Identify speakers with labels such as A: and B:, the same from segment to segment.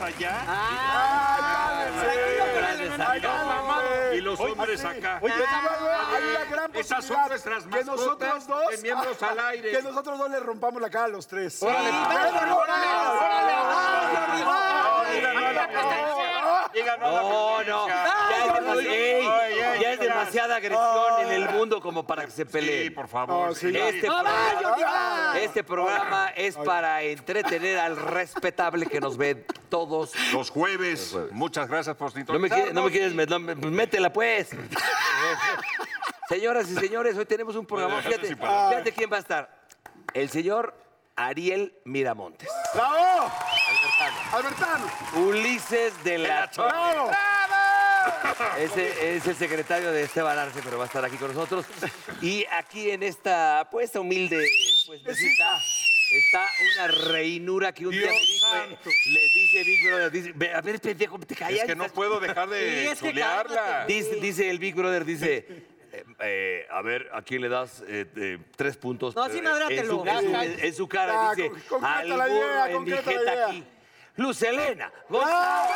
A: allá.
B: Ah,
A: Y los hombres acá.
C: Oye, Ah, hay una gran
A: Esas
C: posibilidad
A: son nuestras
C: que
A: mascotas
C: nosotros dos,
A: de miembros al aire.
C: que nosotros dos le rompamos la cara a los tres.
A: No, no.
D: Ya es, demasi- ey,
A: Ay, ay,
D: ya es
A: ay.
D: demasiada agresión en el mundo como para que se
A: Sí,
D: peleen.
A: por favor.
C: No, sí.
A: sí.
D: Este programa, este programa es para entretener al respetable que nos ven todos.
A: Los jueves. Muchas gracias por
D: No me,
A: sintonizar.
D: quieres- no me quieres, met- no me- pues métela pues. Señoras y señores, hoy tenemos un programa.
A: Bueno,
D: Fíjate,
A: sí, para-
D: fíjate quién va a estar. El señor Ariel Miramontes.
C: ¡Bravo! Albertano.
D: Ulises de la Torre.
C: ¡Bravo!
D: Es, es el secretario de Esteban Arce, pero va a estar aquí con nosotros. Y aquí en esta, pues, esta humilde pues, mesita está una reinura que un día
A: Dios
D: me dijo,
A: santo.
D: eh, le dice Big Brother, dice, "Ve, a ver, pendejo, te callas.
A: Es que no
D: estás-
A: puedo dejar
B: Sí,
A: de
B: es que
A: chulearla.
B: cállate.
D: Dice, dice el Big Brother, dice, eh, eh, a ver, ¿a quién le das eh, eh, tres puntos?
B: No,
D: Pero,
B: sí,
D: eh, En
B: madrátelo.
D: su, en su-
C: Ya,
D: en su cara
C: ya,
D: dice,
C: con- concreta la
D: al burro
C: idea,
D: en
C: concreta la
D: dijeta
C: idea".
D: aquí. Luz Elena, Gonzalo.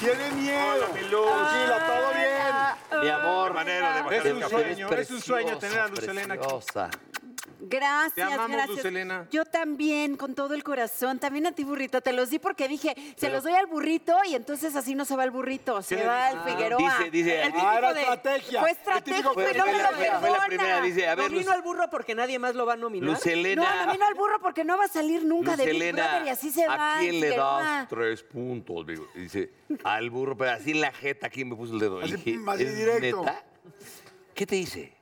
C: Tiene miedo.
A: Hola, mi Luz.
C: Tranquila, todo bien.
D: Mi amor.
A: Qué manera de bajar
D: te-
A: el
D: te-
A: café.
D: eres
E: sueño, es un sueño tener a Luz Helena aquí.
D: preciosa.
B: Gracias,
E: Te amamos,
B: gracias.
E: Lucelena.
B: Yo también, con todo el corazón. También a ti, burrito. Te los di porque dije, se los doy al burrito y entonces así no se va el burrito, se
E: le
B: va al Figueroa.
D: Dice, dice,
B: El
D: dice-
C: Ah, era
B: típico de-
C: estrategia.
B: Fue
C: El típico
B: estratégico
D: fue-
B: y no
D: fue
B: me
D: la-
B: lo
D: fue la
B: perdona.
D: primera, dice, a ver,
F: Nomino
D: Luz-
F: al burro porque nadie más lo va a nominar.
D: Luz Helena.
B: No, nomino al burro porque no va a salir nunca de Big
D: Lucelena,
B: Brother y así se va
D: ¿A
B: el
D: quién le
B: Figueroa.
D: das tres puntos? Digo, dice, al burro, pero así en la jeta aquí me puso el dedo.
C: Así,
D: Dije,
C: así
D: ¿es
C: directo.
D: neta? ¿Qué te dice?
C: Ah.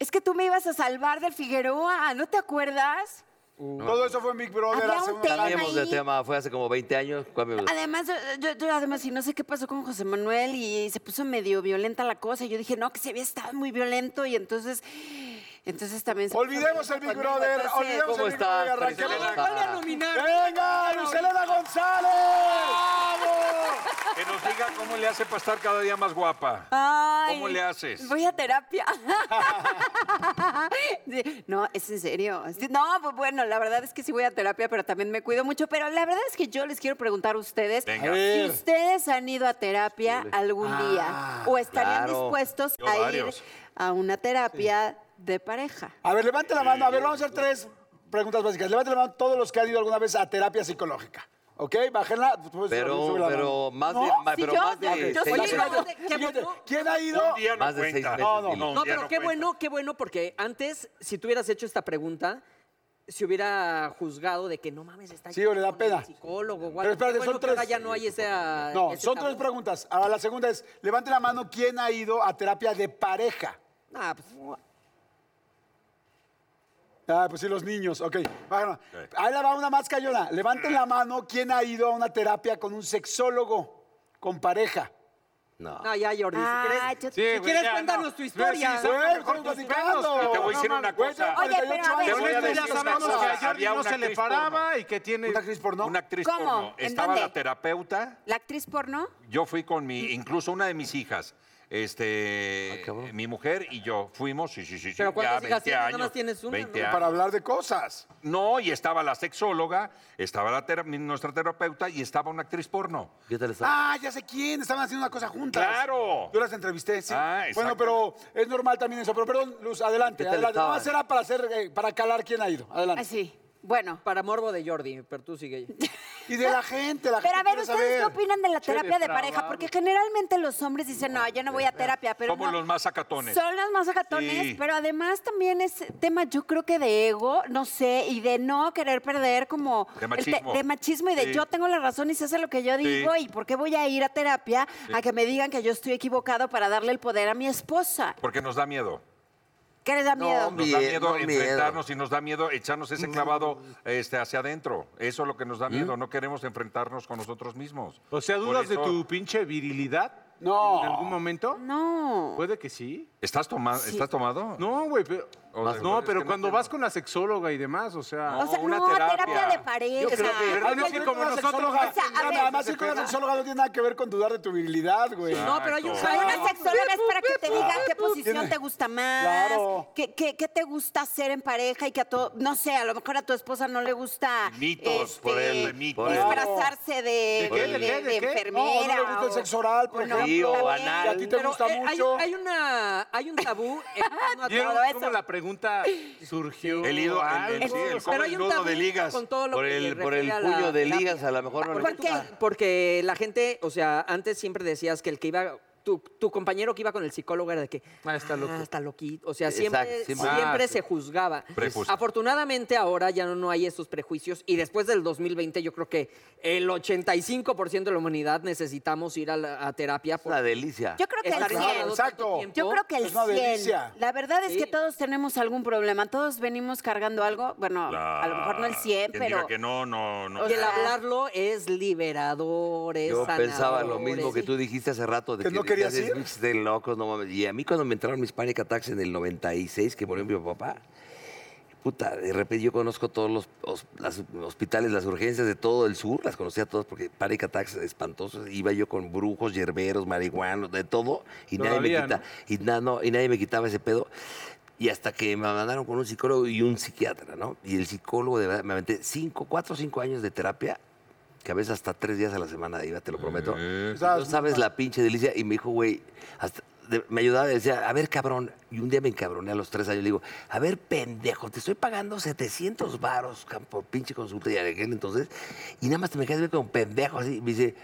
B: Es que tú me ibas a salvar del Figueroa, ¿no te acuerdas?
C: Todo eso fue en Big Brother
B: Había
C: hace
B: un
C: una
B: tema.
D: Cambiamos de
B: ahí.
D: tema, fue hace como 20 años. cambiamos de-
B: Además, yo, yo- además, y no sé qué pasó con José Manuel y se puso medio violenta la cosa. Yo dije, no, que se había estado muy violento y entonces, entonces también... se puso
C: Olvidemos
B: violenta
C: el Big
B: conmigo,
C: Brother,
B: entonces-
C: olvidemos
D: ¿Cómo
C: el Big Brother y
D: estás,
C: arranquemos.
D: Teresa?
F: ¿Cuál a nominar?
C: ¡Venga, Lucelena González!
A: Que nos diga cómo le hace para estar cada día más guapa.
B: Ay,
A: ¿Cómo le haces?
B: Voy a terapia. Sí, no, es en serio. Sí, No, pues bueno, la verdad es que sí voy a terapia, pero también me cuido mucho. Pero la verdad es que yo les quiero preguntar a ustedes
A: Venga. A
C: ver. Ah,
B: si ustedes han ido a terapia algún día o estarían
D: claro.
B: dispuestos
A: Yo
B: a ir
A: varios.
B: a una terapia de pareja.
C: A ver, levante la mano. A ver, vamos a hacer tres preguntas básicas. Levante la mano todos los que han ido alguna vez a terapia psicológica. ¿Ok? Bájenla. pues,
D: Pero,
C: sube la mano.
D: pero más de,
B: No,
D: ma-
B: si
D: pero
B: yo-
D: más de
B: yo- yo
D: seis
B: soy
C: La
D: meses.
B: igual.
C: siguiente,
F: ¿Qué
C: siguiente.
F: pasó?
C: ¿Quién ha ido?
A: Un día no
D: Más de seis
A: cuenta.
D: meses,
A: No, no,
D: dile.
A: no, un
F: No,
A: día
F: pero
A: no
F: qué
A: cuenta.
F: bueno, qué bueno, porque antes, si tú hubieras hecho esta pregunta, se hubiera juzgado de que no mames, está
C: Sí,
F: yendo
C: o le da
F: con
C: pena.
F: el psicólogo.
C: Pero espérate, son tres.
F: Ahora ya no hay esa.
C: No,
F: ese
C: son
F: tabú.
C: tres preguntas. Ahora la segunda es, levante la mano quién ha ido a terapia de pareja.
F: Ah, pues,
C: Ah, pues sí, los niños. Ok, bájala. Ahí la va una más cayona. Levanten la mano quién ha ido a una terapia con un sexólogo, con pareja.
D: No.
F: no, ya, Jordi. si
B: Ah,
F: quieres,
B: yo-
E: Sí,
F: si
E: güey,
F: quieres
E: ya,
F: cuéntanos
E: no.
F: tu
E: Pero
F: historia.
E: sí, son-
C: Güey,
E: mejor
C: estamos
E: tus
C: pues,
E: pedos,
C: platicando.
A: Y te voy a decir
C: No,
A: una
C: mames, güey,
A: cosa.
C: tengo
B: Oye, pero a ver.
C: 48
A: Te
C: años.
A: voy a
E: Con esto ya
A: decir una
E: sabemos
A: cosa.
E: que a Jordi
A: Había
E: no
A: una
E: se le
A: actriz porno.
E: paraba y que tiene...
C: ¿Una actriz porno?
A: Una actriz
B: ¿Cómo?
A: porno.
B: ¿En
A: Estaba
B: dónde?
A: la terapeuta.
B: ¿La actriz porno?
A: Yo fui con mi, incluso una de mis hijas. Este,
D: Ay, cabrón.
A: mi mujer y yo fuimos, sí, sí, sí, sí,
F: Pero ¿cuántas hijas
A: 20
F: tienes? Nada
A: años,
F: más tienes una,
A: 20
F: ¿no?
A: años.
C: Para hablar de cosas.
A: No, y estaba la sexóloga, estaba la tera- nuestra terapeuta y estaba una actriz porno.
D: ¿Qué tal está?
C: Ah, ya sé quién, estaban haciendo una cosa juntas.
A: ¡Claro!
C: Yo las entrevisté, sí.
A: Ah,
C: bueno,
A: exacto.
C: pero es normal también eso. Pero perdón, Luz, adelante,
D: ¿Qué tal
C: adelante.
D: estaban?
C: Nomás era para hacer, eh, para calar quién ha ido. Adelante.
B: Así. ah, Bueno.
F: Para morbo de Jordi, pero tú sigue.
C: Y de la gente, la
B: Pero a
C: gente
B: ver,
C: quiere
B: ¿ustedes
C: saber.
B: qué opinan de la terapia de pareja?
E: depravado.
B: Porque generalmente los hombres dicen, no, yo no voy a terapia, pero
A: Somos
B: no.
A: los más sacatones.
B: Son los más sacatones,
A: Sí.
B: pero además también es tema, yo creo que de ego, no sé, y de no querer perder como...
A: De
B: el te-
A: machismo.
B: de machismo y de
A: Sí.
B: yo tengo la razón y se hace lo que yo digo, y por qué voy a ir a terapia a que me digan que yo estoy equivocado para darle el poder a mi esposa.
A: Porque nos da miedo.
B: ¿Qué les da miedo?
A: Nos da
D: Miedo,
A: miedo
D: miedo.
A: enfrentarnos y nos da miedo echarnos
C: Mm.
A: ese clavado este, hacia adentro. Eso es lo que nos da miedo. No queremos enfrentarnos con nosotros mismos.
E: O sea,
A: Por
E: ¿dudas de
A: eso-
E: tu pinche virilidad?
C: No.
E: ¿En algún momento?
B: No.
E: Puede que sí.
A: ¿Estás, toma- ¿Estás tomado?
E: No, güey, pero...
A: O
D: Más
A: de-
E: No,
A: es
E: pero
A: que
E: cuando
A: tengo-
E: vas con la sexóloga y demás, o sea.
B: O sea,
A: una
B: no, terapia.
A: terapia.
B: de pareja.
D: Yo creo que-
E: Perdón, es que como nosotros.
B: O sea,
C: Ah,
B: a ver,
C: Además, ir con una sexóloga no tiene nada que ver con dudar de tu virilidad, güey.
F: No, pero hay un
A: Exacto.
B: Hay
F: jabón.
B: una sexóloga es para que te diga qué posición te gusta más,
C: Claro.
B: qué, qué- qué te gusta hacer en pareja y que a todo, no sé, a lo mejor a tu esposa no le gusta este,
A: Mitos, por él, de mitos.
B: disfrazarse de,
E: ¿De qué, de qué,
B: de-
E: de
B: de
E: qué?
C: No, no
B: enfermera.
C: le gusta el
B: o-
C: sexo oral, por
B: o no,
D: Sí,
C: ejemplo.
D: o
B: también.
C: Y a ti
D: anal.
C: te gusta
F: eh, hay,
C: mucho.
F: hay una, hay un tabú en torno a
E: ¿Vieron
F: todo eso.
E: cómo la pregunta surgió?
A: El ido- el- el-
E: algo?
A: sí, el-
F: Pero hay
A: el
F: un
A: nudo
F: tabú
A: de ligas.
F: con todo lo
D: Por
F: que
D: el,
F: refiere
D: por el
F: a la
D: puño de
F: terapia.
D: ligas, a lo mejor no le
B: ¿Por
D: gusta.
B: qué?
F: Porque la gente, o sea, antes siempre decías que el que iba, tu, tu compañero que iba con el psicólogo era de que,
E: Ah, está loco.
F: está loquito. O sea,
D: Exacto,
F: siempre,
D: siempre.
F: siempre,
E: Ah, sí.
F: se juzgaba.
A: Prejuicio.
F: Afortunadamente ahora ya no, no hay esos prejuicios y después del 2020 yo creo que el 85% de la humanidad necesitamos ir a, la- a terapia.
D: Es una delicia.
B: Yo creo que
F: estar
B: el
C: Claro,
F: encerrado
B: 100.
F: tanto
C: exacto.
F: tiempo.
B: Yo creo que el
C: Es una
B: 100.
C: delicia.
B: La verdad es que
F: Sí.
B: todos tenemos algún problema. Todos venimos cargando algo. Bueno, a lo mejor no el 100,
A: Quien
B: pero.
A: diga que no, no, no.
F: Y el
B: sea,
F: hablarlo es liberador, es
D: Yo pensaba lo
F: sanador,
D: mismo
F: es-
D: que tú dijiste hace rato. De
C: ¿Que no querías
D: decías,
C: ir?
D: "Mix de locos, no mames". Y a mí cuando me entraron mis panic attacks en el 96, que murió mi papá, puta, de repente yo conozco todos los hos- las hospitales, las urgencias de todo el sur, las conocía todas porque panic attacks espantosos. Iba yo con brujos, yerberos, marihuanos, de todo. Y nadie me
E: Todavía,
D: quita,
E: ¿no?
D: y, na- no, y nadie me quitaba ese pedo. Y hasta que me mandaron con un psicólogo y un psiquiatra, ¿no? Y el psicólogo, de verdad, me aventé cinco, cuatro o cinco años de terapia, que a veces hasta tres días a la semana iba, te lo prometo.
A: Eh,
C: Estabas
D: No sabes la pinche delicia. Y me dijo, güey, hasta- de- me ayudaba y decía, a ver, cabrón. Y un día me encabroné a los tres años. Le digo, a ver, pendejo, te estoy pagando 700 varos cam- por pinche consulta. Y en aquel entonces, y nada más te me quedas viendo como pendejo. Así, y me dice,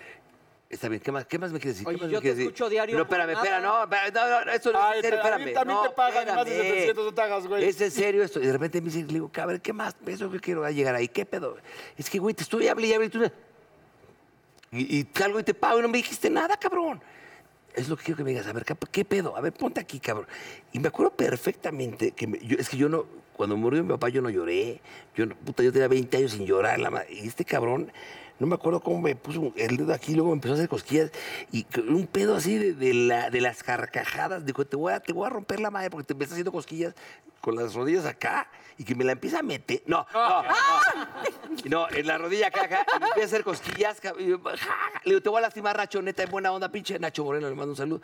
D: está bien, ¿qué más, qué más me quieres decir? ¿Qué
F: Oye,
D: este, más me
F: yo te
D: quieres decir?"
F: escucho diario
D: No,
F: por
D: espérame,
F: nada.
D: espera, no, espera, no, no, esto no
C: Ay,
D: es en serio,
C: a mí
D: espérame.
C: también
D: no,
C: te pagan más de
D: espérame.
C: 700, no te hagas, güey.
D: Es en serio esto. Y de repente me dice, le digo, cabrón, ¿qué más? Eso que quiero llegar ahí, ¿qué pedo? Es que, güey, te estoy hablando y hable y tú... Y, y salgo y te pago y no me dijiste nada, cabrón. Es lo que quiero que me digas. A ver, cap- ¿qué pedo? A ver, ponte aquí, cabrón. Y me acuerdo perfectamente que me- yo- es que yo no, cuando murió mi papá, yo no lloré. Yo, no- puta, yo tenía 20 años sin llorar. La ma- y este cabrón, no me acuerdo cómo me puso el dedo aquí, luego me empezó a hacer cosquillas. Y c- un pedo así de, de la- de las carcajadas. Dijo, te voy, a, te voy a romper la madre porque te me estás haciendo cosquillas con las rodillas acá y que me la empieza a meter. No, no, no. Y No, en la rodilla acá, acá, y me empieza a hacer cosquillas. cab- y yo, ja, ja. Le digo, te voy a lastimar, Nacho, neta, es buena onda, pinche Nacho Moreno, le mando un saludo.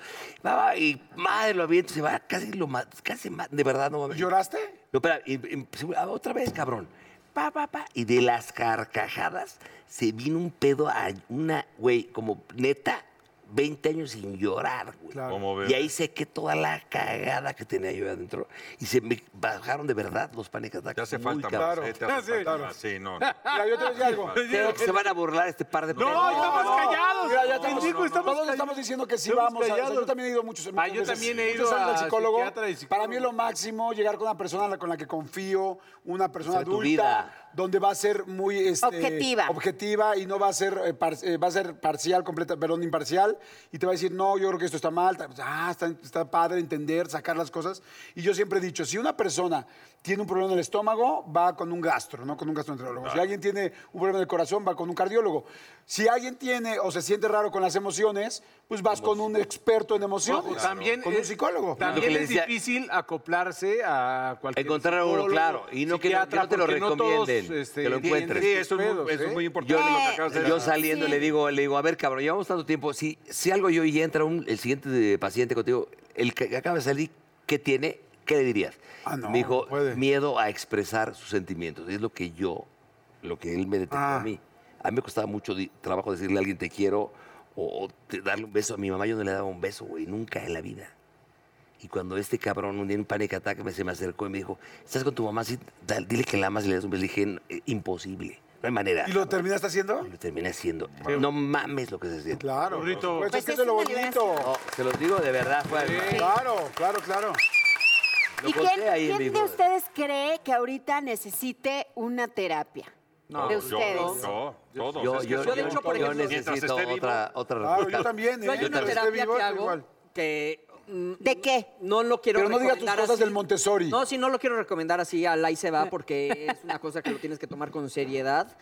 D: Va, va, y madre, lo aviento, se va, casi lo ma- casi ma- de verdad, no mames.
C: ¿Lloraste?
D: No, espera, y- y- se- ah, otra vez, cabrón. Pa, pa, pa. Y de las carcajadas se vino un pedo a una, güey, como neta, 20 años sin llorar, güey.
C: Claro.
A: ¿Cómo ves?
D: Y ahí sequé toda la cagada que tenía yo adentro. Y se me bajaron de verdad los panic attacks.
A: Te hace
D: muy
A: falta
D: cabrón.
A: más,
C: cabrón.
A: eh, te hace
E: Sí,
A: falta
C: claro.
A: más. Sí, no.
C: Mira, yo te voy a decir algo.
D: Creo que se van a burlar este par de
E: No, estamos callados.
C: Mira, ya
E: Pendejo,
C: estamos,
E: estamos
C: todos
E: callados.
C: estamos diciendo que sí
E: Estamos
C: vamos. a- o sea,
E: callados.
C: yo también he ido muchos
E: Ah, yo
C: muchas veces,
E: también he ido
C: muchos años al
E: a
C: psicólogo.
E: psiquiatra y psicólogo.
C: Para mí es lo máximo llegar con una persona con la que confío, una persona
D: Hacer tu
C: adulta,
D: vida.
C: donde va a ser muy este,
B: Objetiva.
C: objetiva y no va a ser eh, par- eh, va a ser parcial, completa, perdón, imparcial y te va a decir no, yo creo que esto está mal, ta- ah, está, está padre entender, sacar las cosas. Y yo siempre he dicho, si una persona tiene un problema en el estómago, va con un gastro, no con un gastroenterólogo. Si alguien tiene un problema del corazón, va con un cardiólogo. Si alguien tiene o se siente raro con las emociones, pues vas con un experto en emociones,
E: Ojo, también
C: con un
E: es-
C: psicólogo.
D: Lo que
E: También
D: le
E: es
D: decía-
E: difícil acoplarse a cualquier
D: Encontrar a uno,
E: psicólogo,
D: claro, y no que-
E: psiquiatra,
D: que no te lo
E: porque
D: recomienden,
E: todos, este,
D: que lo
E: entienden
D: encuentres.
A: Sí,
E: sus
A: eso es muy,
E: pedos,
A: eso es
E: ¿eh?
A: muy
D: Yo,
A: importante lo que acabas de
D: yo
A: decir.
D: saliendo le digo, le digo, a ver, cabrón, llevamos tanto tiempo. Si, si algo yo y entra un, el siguiente de- paciente contigo, el que acaba de salir, ¿qué tiene? ¿Qué le dirías?
C: Ah, no,
D: Me dijo,
C: no puede.
D: miedo a expresar sus sentimientos. Es lo que yo, lo que él me detectó a
C: Ah.
D: mí. A mí me costaba mucho di- trabajo decirle a alguien te quiero o, o te- darle un beso. A mi mamá yo no le daba un beso, güey, nunca en la vida. Y cuando este cabrón un día en un panic attack me, se me acercó y me dijo, ¿estás con tu mamá? Sí, da- dile que la amas y le das un beso. Le dije, "No, eh, imposible, no hay manera.
C: ¿Y lo terminaste haciendo?
D: Lo terminé haciendo. No mames lo que se siente.
C: Claro. por
E: Burrito.
C: supuesto,
B: Pues
C: es que
B: es
C: eso es lo
B: una
C: bonito.
B: liberación.
D: No, se los digo de verdad, fue algo.
C: Claro, claro, claro.
D: Lo
B: ¿Y
D: conté
B: quién,
D: ahí en
B: quién de
D: vivo.
B: ustedes cree que ahorita necesite una terapia?
A: No,
B: de
A: yo,
B: ustedes.
A: yo, todos.
D: Yo,
A: es que
D: yo,
A: soy
F: de
D: yo-
A: un
F: hecho, por
D: yo
A: todo.
F: ejemplo,
D: necesito
A: esté vivo,
D: otra, otra
C: Claro,
D: respuesta.
C: Ah, yo también.
F: Yo hay
C: ¿eh?
F: una
C: Pero esté
F: terapia
C: vivo,
F: que
C: estoy
F: hago
C: igual.
F: que mm,
B: ¿De qué?
F: no lo quiero
C: Pero no digas tus
F: recomendar
C: cosas
F: así.
C: del Montessori.
F: No, sí, no lo quiero recomendar así al ahí se va porque es una cosa que lo tienes que tomar con seriedad.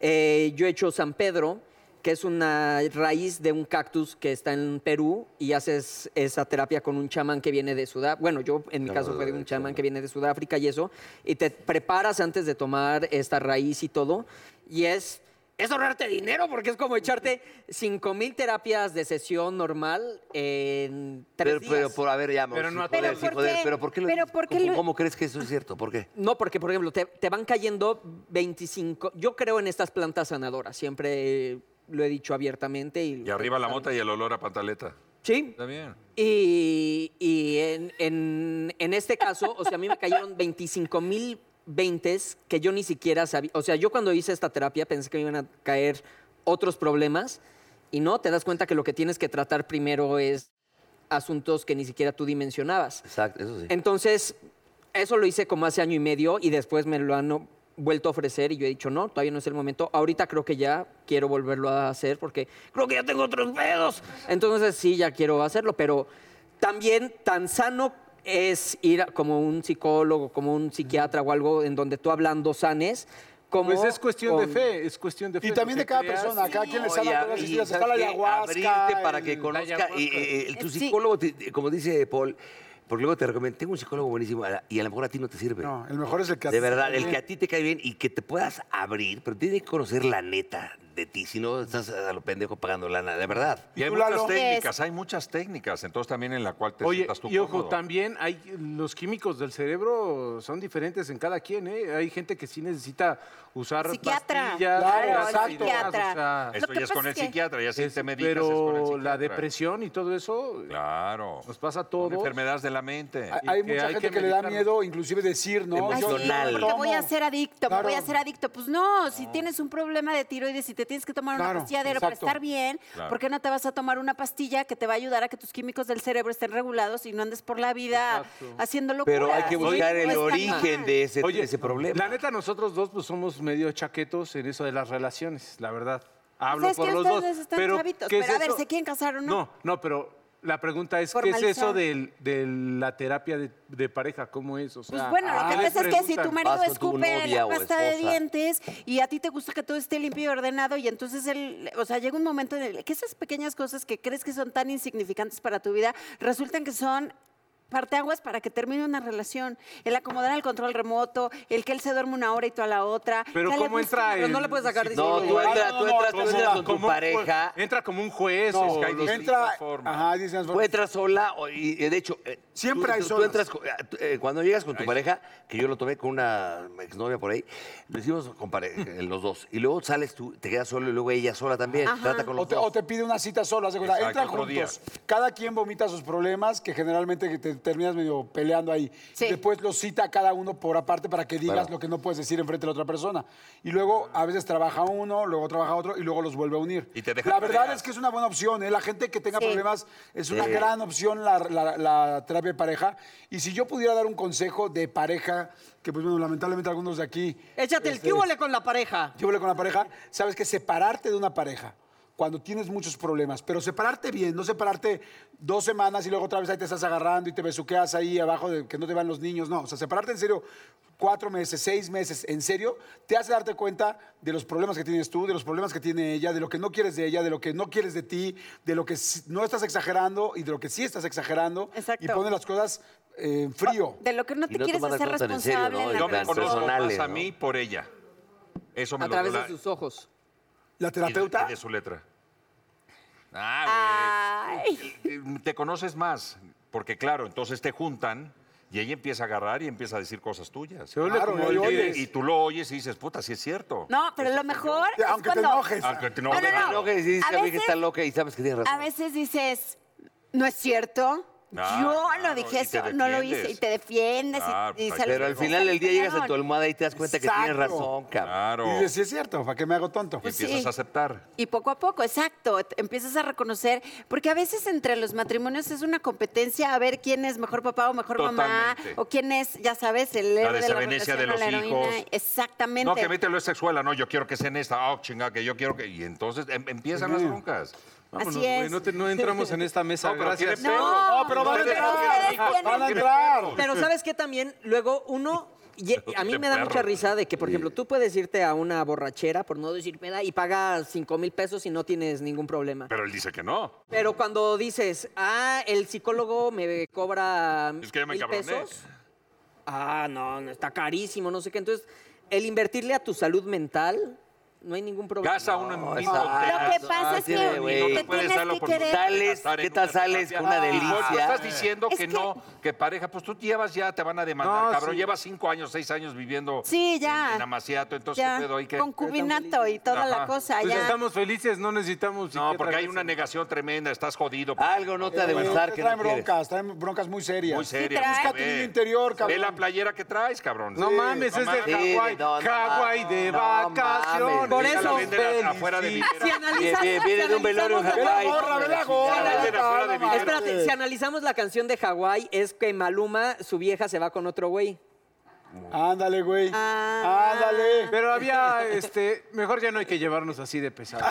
F: Eh, yo he hecho San Pedro, que es una raíz de un cactus que está en Perú y haces esa terapia con un chamán que viene de Sudáfrica. Bueno, yo en mi caso fue de un chamán que viene de Sudáfrica y eso. Y te preparas antes de tomar esta raíz y todo. Y es es ahorrarte dinero porque es como echarte 5 mil terapias de sesión normal en tres
D: Pero, pero
F: días.
D: por haber ya,
E: Pero
D: sin
E: no a
D: poder,
E: todos.
D: sin
B: Pero ¿por
D: poder,
B: qué?
D: pero ¿por qué lo
B: Pero ¿por qué
D: ¿Cómo,
B: lo-
D: cómo crees que eso es cierto? ¿Por qué?
F: No, porque, por ejemplo, te, te van cayendo 25. Yo creo en estas plantas sanadoras. Siempre lo he dicho abiertamente. Y,
A: Y arriba la mota y el olor a pantaleta.
F: Sí.
A: Está bien.
F: Y, y en, en- en este caso, o sea, a mí me cayeron 25 mil 20 que yo ni siquiera sabía. O sea, yo cuando hice esta terapia pensé que me iban a caer otros problemas y no, te das cuenta que lo que tienes que tratar primero es asuntos que ni siquiera tú dimensionabas.
D: Exacto, eso sí.
F: Entonces, eso lo hice como hace año y medio y después me lo han o- vuelto a ofrecer y yo he dicho, no, todavía no es el momento. Ahorita creo que ya quiero volverlo a hacer porque creo que ya tengo otros pedos. Entonces, sí, ya quiero hacerlo, pero también tan sano es ir a- como un psicólogo, como un psiquiatra o algo en donde tú hablando sanes. Como
E: Pues es cuestión de
F: con-
E: fe, es cuestión de fe.
C: Y también
E: lo
C: de
E: que
C: cada
E: creas.
C: persona, cada quien le
D: Oye,
C: sana cosas
D: y
C: distintas. Está
D: ¿sabes
C: la
D: qué?
C: ayahuasca.
D: Abrirte para que
C: el-
D: conozca. y, eh, eh, tu
B: Sí.
D: psicólogo, te- te- como dice Paul, porque luego te recomiendo, tengo un psicólogo buenísimo a la- y a lo mejor a ti no te sirve.
C: No, el mejor es el que
D: De verdad, el
C: Sí.
D: que a ti te cae bien y que te puedas abrir, pero tiene que conocer la neta de ti, si no estás a lo pendejo pagando lana, de verdad.
A: Y hay
C: tú,
A: muchas
C: Lalo?
A: técnicas, hay muchas técnicas, entonces también en la cual te
E: Oye,
A: sientas tú
E: y ojo,
A: cómodo.
E: también hay los químicos del cerebro son diferentes en cada quien, ¿eh? Hay gente que sí necesita usar
B: Psiquiatra.
E: pastillas,
C: Claro,
E: drogas,
C: exacto.
E: psiquiatras, o sea,
A: Eso
B: Lo
A: ya
B: que
A: es con
B: pasa
A: el
B: es que-
A: psiquiatra, ya sí
E: es-
A: te medicas es con el
E: pero la
A: psiquiatra.
E: depresión y todo eso
A: Claro.
E: nos pasa a
A: Son
E: todos.
A: enfermedades de la mente.
C: Hay-
E: Y
C: Hay
E: que
C: mucha
E: hay
C: gente
E: que
C: que, le da
E: medicarlo.
C: miedo inclusive decir, ¿no?
B: Ay, sí,
D: Emocional.
B: porque voy a
C: Tomo.
B: ser adicto,
C: Claro.
B: me voy a ser adicto. Pues no, si tienes un problema de tiroides y te tienes que tomar
C: Claro,
B: una pastilla diaria para
C: exacto.
B: estar bien,
A: Claro.
B: ¿por qué no te vas a tomar una pastilla que te va a ayudar a que tus químicos del cerebro estén regulados y no andes por la vida haciendo locuras? pues,
D: Pero hay que
B: Sí,
D: buscar
B: no
D: el
B: está
D: origen
B: mal.
D: de ese,
E: Oye,
D: de ese problema.
E: La neta, nosotros dos pues, somos medio chaquetos en eso de las relaciones, la verdad. Hablo
B: Pues es
E: por
B: que
E: los dos.
B: ustedes están
E: pero,
B: chavitos,
E: ¿qué es
B: pero a ver,
E: eso?
B: ¿se quieren casar o no?
E: No, no, pero la pregunta es, ¿qué es
B: Formalizar.
E: eso del- de, la terapia de, de pareja? ¿Cómo es? O sea,
B: Pues bueno,
E: ¿qué
B: lo
D: Ah,
B: que
E: les
B: pasa es que si tu
E: preguntan?
B: marido
D: Vas con tu
B: escupe
D: novia
B: la
D: o
B: pasta de
D: esposa.
B: dientes y a ti te gusta que todo esté limpio y ordenado y entonces él, o sea, llega un momento en el que esas pequeñas cosas que crees que son tan insignificantes para tu vida resultan que son parteaguas para que termine una relación. El acomodar el control remoto, el que él se duerme una hora y tú a la otra.
E: Pero
B: que le
E: ¿cómo
B: busques-
E: entra
F: Pero no
E: el
F: le puedes sacar
D: No, tú
F: dinero.
D: entras, tú entras, tú
E: ¿Cómo?
D: entras con tu
E: Como un jue-
D: pareja.
E: Entra como un juez
C: No,
E: o
A: que hay
E: los-
A: distintas
C: entra.
A: formas.
C: Ajá, dicen las
D: Tú
C: formas.
D: entras sola o- y eh, de hecho... eh,
C: Siempre
D: tú-
C: hay
D: tú- tú
C: solas.
D: entras con- eh, tú, eh, cuando llegas con tu pareja, que yo lo tomé con una exnovia por ahí, lo hicimos con pareja, eh, los dos. Y luego sales tú, te quedas solo y luego ella sola también. Trata con los
C: O te,
D: dos.
C: o te pide una cita sola, haz de cuenta.
A: Exacto,
C: Entran
A: otro día.
C: juntos. Cada quien vomita sus problemas, que generalmente que te terminas medio peleando ahí.
B: Sí.
C: Después los cita a cada uno por aparte para que digas
D: Claro.
C: lo que no puedes decir enfrente de la otra persona. Y luego a veces trabaja uno, luego trabaja otro y luego los vuelve a unir.
A: Y te deja
C: la verdad
A: tareas.
C: es que es una buena opción. ¿eh? La gente que tenga
B: Sí.
C: problemas es una gran opción la, la- la terapia de pareja. Y si yo pudiera dar un consejo de pareja, que pues bueno, lamentablemente algunos de aquí...
F: Échate el
C: este,
F: cúbole con la pareja.
C: yo hablé con la pareja, sabes que separarte de una pareja cuando tienes muchos problemas, pero separarte bien, no separarte dos semanas y luego otra vez ahí te estás agarrando y te besuqueas ahí abajo de que no te van los niños, no, o sea, separarte en serio cuatro meses, seis meses, en serio, te hace darte cuenta de los problemas que tienes tú, de los problemas que tiene ella, de lo que no quieres de ella, de lo que no quieres de ti, de lo que sí- no estás exagerando y de lo que sí estás exagerando y
B: Exacto.
C: pone las cosas eh, en frío.
B: De lo que no
D: Y
B: te
D: no
B: quieres
D: tomar las
B: hacer
D: cosas tan en serio,
B: responsable
D: ¿no?
B: en la
A: Yo me
D: Las
B: relación.
A: conozco
D: personales,
A: más a
D: ¿no?
A: mí por ella. Eso me
F: A
A: lo
F: través
A: la-
F: de sus ojos.
A: y
C: La
A: de-
C: terapeuta...
A: y de su letra. Ah, güey.
B: Ay.
A: Eh, te conoces más, porque claro, entonces te juntan y ella empieza a agarrar y empieza a decir cosas tuyas.
E: Se vuelve
C: Claro,
E: como
C: ya
E: el
C: lo
A: Y-
E: líder.
C: oyes.
A: y tú lo oyes y dices, puta, sí es cierto.
B: No, pero lo mejor es
C: Aunque te
B: cuando...
C: enojes.
A: Aunque te-
B: No, no,
A: claro.
D: No, que dices,
B: A
D: "Esta vieja
B: veces-
D: está loca y sabes que tiene razón.
B: A veces dices, no es cierto.
A: Ah,
B: Yo
A: claro,
B: no dije
A: y te
B: eso, no lo hice.
A: defiendes.
B: Y te defiendes. y-
A: Claro,
B: y,
A: pues,
B: sales-
D: Pero al
B: sales
D: final del día llegas a tu
B: cañón.
D: almohada y te das cuenta que tienes
C: Exacto.
D: razón, cabrón. Pues
A: Claro.
C: Y dices, sí es cierto, ¿para qué me hago tonto?
A: Y empiezas
B: sí.
A: a aceptar.
B: Y poco a poco, exacto, te- empiezas a reconocer, porque a veces entre los matrimonios es una competencia a ver quién es mejor papá o mejor mamá,
A: Totalmente.
B: o quién es, ya sabes, el héroe de la
A: desavenencia
B: relación
A: de
B: o
A: los
B: la heroína.
A: hijos.
B: Exactamente.
A: No, que vete lo es sexual, ah, no, yo quiero que sea en esta, ah, chinga, que yo quiero que... Y entonces em- empiezan las broncas.
E: Vámonos,
B: Así
E: güey,
B: es.
E: no, te- no entramos en esta mesa,
A: No, pero
E: gracias.
A: tiene
B: No,
A: perro.
B: pero
C: Oh, van a
A: tiene
C: entrar.
A: perro.
B: Ustedes tienen-
C: Van a entrar.
F: Pero ¿sabes qué también? Luego uno Y a mí
A: Qué
F: me da mucha
A: perro.
F: risa de que, por ejemplo, tú puedes irte a una borrachera, por no decir peda, y pagas 5 mil pesos y no tienes ningún problema.
A: Pero él dice que no.
F: Pero cuando dices, ah, el psicólogo me cobra
A: Es que ya me
F: mil
A: encabroné.
F: pesos. Ah, no, no, está carísimo, no sé qué. Entonces, el invertirle a tu salud mental, no hay ningún problema.
A: Gasa uno en Ah,
D: exacto.
A: discotecas.
D: Lo
E: Ah,
B: que pasa es
D: tiene,
B: que
D: güey.
A: No
B: te
A: te puedes
B: tienes
A: dar la
B: que querer.
A: oportunidad de
D: Sales,
A: estar en
D: ¿qué tal
A: una
D: sales?
A: terapia.
D: Con una
A: No,
D: delicia.
B: pues
A: tú estás diciendo
B: Es
A: que,
B: que-
A: no, que pareja, pues tú llevas ya, te van a demandar,
E: No,
A: cabrón.
E: sí.
A: Llevas cinco años, seis años viviendo
B: Sí, ya.
A: en, en Amaciato, entonces
B: ya,
A: ¿qué pedo? ¿Y qué?
B: concubinato y toda la
A: Ajá.
B: cosa.
E: Pues
B: ya.
E: estamos felices, no necesitamos.
A: No,
E: psiquiatra
A: porque hay
E: de
A: una
E: ese.
A: negación tremenda, estás jodido.
D: Algo no te ha de
C: Ustedes
D: gustar que no
C: Eh, traen
D: quieres.
C: broncas, traen broncas muy serias.
A: Muy seria.
B: trae.
A: pues,
C: Busca tu
A: ve.
C: niño interior,
A: Ve
C: cabrón.
A: la playera que traes, cabrón.
E: No mames,
A: no
E: es de
A: mames.
E: Hawái.
D: Sí, no, no
E: Hawái de
D: mames.
E: vacaciones.
F: Por
A: Y la
F: eso-
A: venden a- afuera de Viveros.
F: Si
D: Viene,
F: analizas,
D: viene-
F: si
D: viene de un velorio en
F: analizamos la-
C: Ve la
D: Hawái.
C: gorra, ve la
A: Ya
C: gorra.
A: la venden afuera de
C: No, mames.
A: Viveros.
F: Espérate, si analizamos la canción de Hawái, es que Maluma, su vieja, se va con otro güey.
C: Ándale, güey.
B: Ah.
C: Ándale.
E: Pero había, este, mejor ya no hay que llevarnos así de pesado.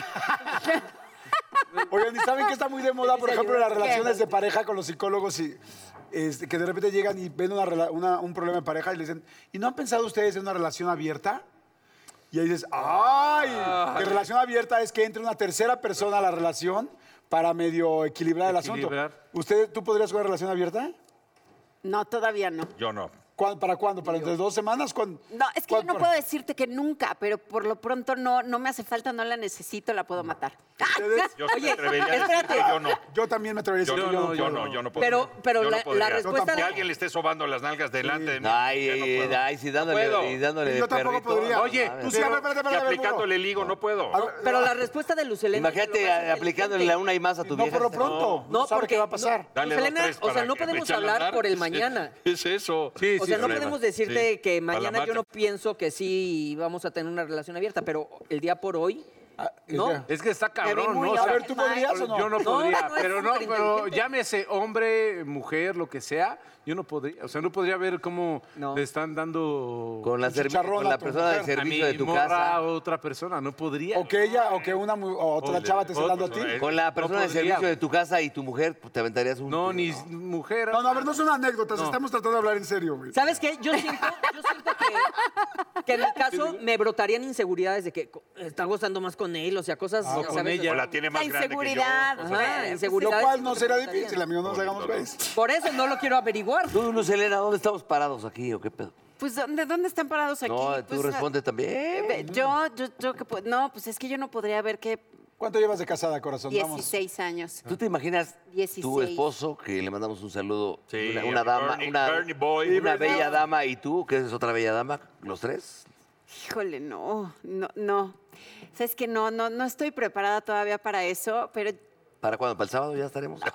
C: Oigan, ¿y saben que está muy de moda, por ejemplo, las relaciones de pareja con los psicólogos? Y, este, que de repente llegan y ven una rela- una- un problema de pareja y le dicen, ¿y no han pensado ustedes en una relación abierta? Y ahí dices, ¡ay! Que relación abierta es que entre una tercera persona a la relación para medio equilibrar el asunto.
E: Equilibrar.
C: ¿Usted, ¿Tú podrías jugar relación abierta?
B: No, todavía no.
A: Yo no.
C: ¿Cuán- ¿Para cuándo? ¿Para entre dos semanas? ¿Cuán-
B: No, es que yo
C: cuán-
B: no
C: para-
B: puedo decirte que nunca, pero por lo pronto no, no me hace falta, no la necesito, la puedo matar.
C: ¿Ustedes?
A: Yo sí me
F: Oye,
A: atrevería a decir
F: espérate.
A: que yo no.
C: Yo también me atrevería
A: Yo
C: a decir
A: no,
C: que
A: yo no, yo
C: puedo.
A: no, yo no
F: Pero-
A: podría.
F: pero
A: Yo
F: la- la
A: no podría.
F: respuesta
A: Que
F: de-
A: alguien le esté sobando las nalgas delante de mí.
D: Ay,
A: yo no
D: ay,
A: puedo.
D: ay, si
A: No
D: dándole,
A: puedo.
D: y dándole de
C: Yo tampoco
D: perrito,
C: podría.
D: no
E: Oye,
D: mames.
C: tú sí, a ver,
A: Y
C: espérate, espérate, a ver, burro.
A: aplicándole el higo, no puedo.
C: A ver,
F: Pero la respuesta de Lucelena...
D: Imagínate a- aplicándole a una y más a tu
C: No,
D: vieja.
C: por lo
D: está-
C: pronto. No,
F: No,
C: sabe
F: porque
C: qué va a pasar.
F: no- Selena, o sea, no podemos hablar por
A: este,
F: el mañana.
A: Es, eso.
E: Sí,
F: O
E: sí,
F: sea, no
E: problema.
F: podemos decirte
A: Sí.
F: que
A: Para la
F: mañana yo no
A: marcha.
F: pienso que sí vamos a tener una relación abierta, pero el día por hoy, ¿no?
C: ya.
E: Ah, Es que está
B: vi
E: cabrón,
B: muy
E: ¿no?
C: A ver, ¿tú podrías o no?
E: Yo no
F: No,
E: podría,
F: no es
E: pero no, pero
F: superinteligente.
E: llámese hombre, mujer, lo que sea, yo no podría, o sea, no podría ver cómo
F: No.
E: le están dando
D: Con la,
C: Un
D: servi-
C: chicharrón
D: con
C: a
D: la
C: tu
D: persona
C: mujer.
D: del
E: a mi
D: servicio de tu
E: morra a
D: casa.
E: otra persona, no podría.
C: O que ella, o que una mu- o otra
E: Joder,
C: chava te esté dando a ti.
A: otra, eh.
D: Con la persona del
E: podría,
D: servicio
E: güey.
D: de tu casa y tu mujer, pues, te aventarías un...
E: No, ni s- mujer.
C: No, no, a ver, no son anécdotas,
E: No.
C: estamos tratando de hablar en serio, güey.
F: ¿Sabes qué? Yo siento, yo siento que, que en mi caso me brotarían inseguridades de que co- está gozando más con él, o sea, cosas...
E: o
F: ya
E: con
F: sabes,
E: ella.
A: O la tiene
B: La
A: más grande que yo.
B: inseguridad.
F: Ajá,
B: o sea, pues,
C: Lo
F: inseguridades
C: cual
F: que
C: no
F: me
C: será
F: brotarían.
C: difícil, amigo, no nos hagamos güeyes.
F: Por eso no lo quiero averiguar.
D: Tú, Lucelena, ¿dónde estamos parados aquí o qué pedo?
B: Pues ¿dónde, dónde están parados aquí?
D: No, tú
B: Pues,
D: respondes
B: eh,
D: también.
B: ve, Yo, yo, yo que pu- no, pues es que yo no podría ver que
C: ¿Cuánto llevas de casada, corazón? Vamos.
B: 16 años.
D: ¿Tú te imaginas tu
B: 16.
D: esposo, que le mandamos un saludo,
A: Sí,
D: una, una
A: a mi
D: dama,
A: Bernie-
D: una,
A: Bernie Boy.
D: una
A: Sí,
D: bella dama y tú, que eres otra bella dama, los tres?
B: Híjole, no, no, no. O sea, es que no, no, no estoy preparada todavía para eso, pero
D: ¿Para cuándo? ¿Para el sábado ya estaremos?
B: no,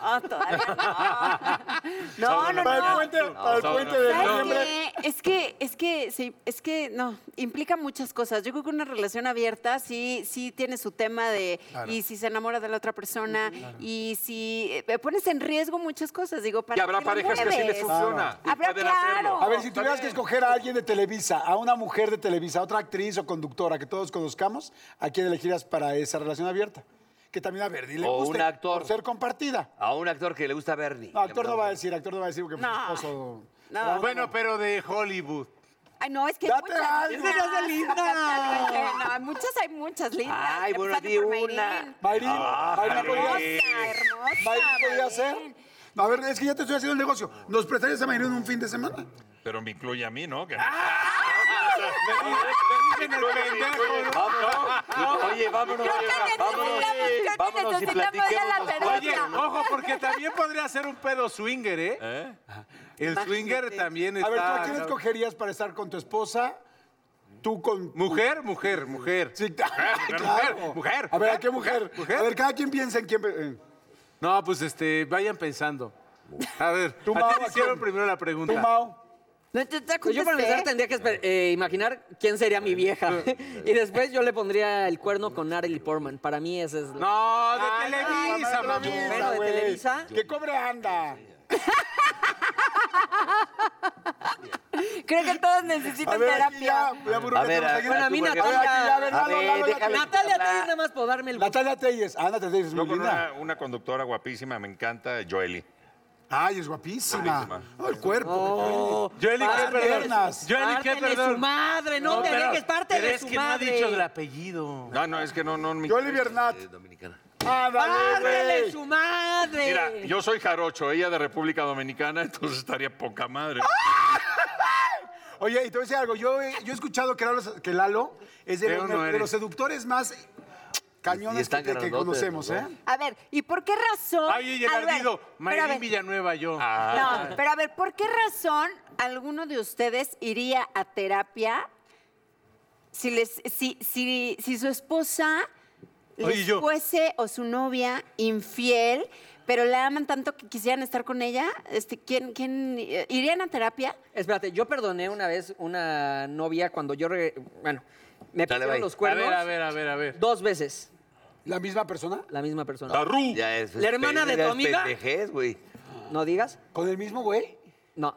B: todavía no. No, no,
C: Para el
B: no.
C: puente, para el
A: no,
C: puente
A: no.
C: de
B: ¿Sabes
C: noviembre.
B: qué? Es que, es que, sí, es que no, implica muchas cosas. Yo creo que una relación abierta sí, sí tiene su tema de y si se enamora de la otra persona y si eh, pones en riesgo muchas cosas. Digo, para
A: Y habrá
B: qué la
A: parejas que así
B: mueves?
A: les funciona. y
B: Habrá,
A: pueden hacerlo.
B: claro.
C: A ver, si tuvieras que escoger a alguien de Televisa, a una mujer de Televisa, a otra actriz o conductora que todos conozcamos, ¿a quién elegirías para esa relación abierta? Que también, a ver, dile
D: O
C: guste
D: un actor.
C: por ser compartida.
D: A un actor que le gusta a Bernie.
C: No, actor no va a decir, actor no va a decir porque pues,
B: No.
C: esposo.
B: No.
E: Bueno, pero de Hollywood.
B: Ay, no, es que
C: ¡Date
B: hay muchas. lindas.
C: algo! ¡Esa no es linda!
B: No, hay muchas hay muchas lindas.
D: Ay,
B: Ya
D: bueno,
B: empezando
D: di
B: por
D: una.
B: Mayrin.
C: Mayrín,
E: Ah.
D: Ah,
C: Mayrín,
B: Hermosa,
C: ¿podrías?
B: hermosa.
C: Mayrín, ¿podrías ser?
B: Mayrin.
C: A ver, es que ya te estoy haciendo el negocio. ¿Nos prestarías a Mayrín un fin de semana?
A: Pero me incluye a mí, ¿no? Que-
F: Ah,
E: Me dicen el pendejo, ¿no?
B: Creo
D: Oye, vámonos,
B: que
D: vámonos,
B: necesitamos, creo
D: vámonos
B: que
D: y
B: necesitamos ya la
D: platiquemos.
B: pelota.
E: Oye, ojo, porque también podría ser un pedo swinger, ¿eh?
A: ¿Eh?
E: El swinger
B: Imagínate.
E: también
C: A
E: está...
C: ver, ¿tú a quién escogerías para estar con tu esposa? Tú con...
E: Mujer, mujer, mujer.
C: Sí,
E: mujer, mujer, mujer.
C: A ver, ¿a qué mujer?
E: Mujer.
C: A ver, cada quien piensa en quién... pe- eh,
E: No, pues este, vayan pensando. A ver,
C: Tú,
E: ¿a ti
C: Mau,
E: te
C: ¿a
E: hicieron
C: quién?
E: primero la
C: Tú,
E: pregunta.
C: Mao.
B: No, yo ya
F: Pues yo para empezar
B: contesté.
F: tendría que esper- eh, imaginar quién sería mi vieja. y después yo le pondría el cuerno con Natalie Portman. Para mí esa es la...
E: No, de Televisa, mamón.
F: Bueno, de
C: güey.
F: Televisa.
C: Que cobre anda.
B: Creo que todos
C: A
B: necesitan
C: ver, aquí
B: terapia.
C: ya... ya, burro,
D: A
C: ya
D: ver,
C: tenemos
D: a-
C: aquí-
F: Bueno, a mí
D: tú, porque-
C: A ver, aquí ya, a ver,
D: A
C: Lalo,
D: ver,
C: Lalo, ya-
D: déjame-
F: Natalia
D: hablar.
F: Telles nada más por darme el...
C: Natalia Telles. Ah, Natalia Telles es
A: Yo
C: muy
A: con
C: linda.
A: una, una conductora guapísima, me encanta, Joely.
C: Ay, es guapísima.
A: Guapísima.
C: No, el cuerpo.
E: Yo eliqué,
C: Las
E: perdón.
C: piernas.
E: Yo
F: Parte
E: eliqué,
F: Oh, de
E: perdón.
F: su madre, no, te
E: pero-
F: dejes, parte
E: pero
F: de
E: es
F: su
E: que
F: madre.
E: no ha dicho el apellido.
A: No, no, es que no, no. mi-
C: Yo, Olivia Hernat.
D: Dominicana.
C: Ándale,
F: ¡Parte de
C: güey.
F: su madre!
A: Mira, yo soy jarocho, ella de República Dominicana, entonces estaría poca madre.
C: Oye, y te voy a decir algo. Yo he, yo he escuchado que Lalo, que Lalo es de,
E: Creo
C: los,
E: no
C: de
E: eres.
C: los seductores más
D: Y
C: cañones
D: están
C: que, que
D: grandotes,
C: conocemos,
D: ¿no?
C: ¿eh?
B: A ver, ¿y por qué razón?
E: Ay, y el
B: A ver,
E: ardido.
B: pero a
E: Mayrín
B: ver,
E: Villanueva, yo. Ah.
B: No, pero a ver, ¿por qué razón alguno de ustedes iría a terapia si, les, si, si, si su esposa les
E: Oye, yo.
B: fuese o su novia infiel, pero la aman tanto que quisieran estar con ella? Este, ¿quién, quién eh, irían a terapia?
F: Espérate, yo perdoné una vez una novia cuando yo... re- Bueno, me
D: Dale,
F: pusieron
D: bye.
F: los
E: A
F: cuernos
E: ver, a ver, a ver, a ver.
F: dos veces
C: ¿La misma persona?
F: la misma persona.
A: Tarru.
D: Ya es.
F: ¿La hermana de
D: ya
F: tu
D: es
F: amiga?
D: pendejez, güey.
F: ¿No digas?
C: ¿Con el mismo güey?
F: No.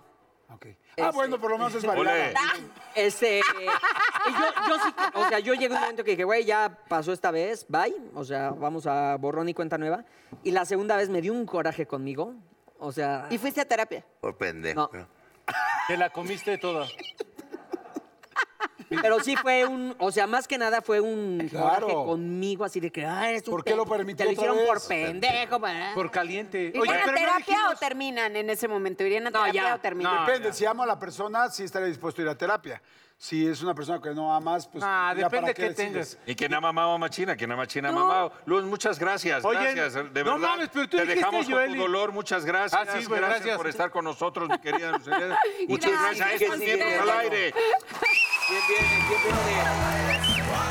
C: Ok. Ah, bueno, por lo menos es
A: Ole.
C: variada.
F: Este. y yo, yo sí, que- o sea, yo llegué a un momento que dije, güey, ya pasó esta vez, bye. O sea, vamos a borrón y cuenta nueva. Y la segunda vez me dio un coraje conmigo. O sea.
B: Y fuiste a terapia.
D: Por pendejo.
F: No.
E: Te la comiste toda.
F: Pero sí fue un. O sea, más que nada fue un
C: Claro.
F: coraje conmigo, así de que, ah, eres un.
C: ¿Por qué lo
F: pen- Te
C: permitió
F: lo
C: otra
F: hicieron por
C: vez?
F: pendejo, para.
E: Por caliente.
B: ¿Irían a
E: pero no
B: terapia o
E: dijimos-
B: terminan en ese momento? ¿Irían a
F: No,
B: terapia
F: ya.
B: o terminan?
E: No.
C: Depende,
E: ya.
C: si amo a la persona, sí estaré dispuesto a ir a terapia. Si es una persona que no amas, pues.
E: Ah,
C: ya
E: depende
C: para
E: de qué
C: le sigues.
E: tengas.
A: Y quien ha mamado a Machina, quien ha Machina ha mamado. Luz, muchas gracias.
E: Oye,
A: gracias, de
E: no
A: verdad.
E: mames, pero tú
A: Te
E: dijiste,
A: dejamos con tu
E: Joeli.
A: dolor, muchas gracias.
E: Ah, sí, güey,
A: gracias,
E: gracias.
A: por estar con nosotros, mi querida Lucía. Muchas
B: Gracias,
A: gracias. Esto es
B: sí,
A: Miembros
B: sí,
A: al
B: sí.
A: aire.
D: Bien, bien, bien, bien.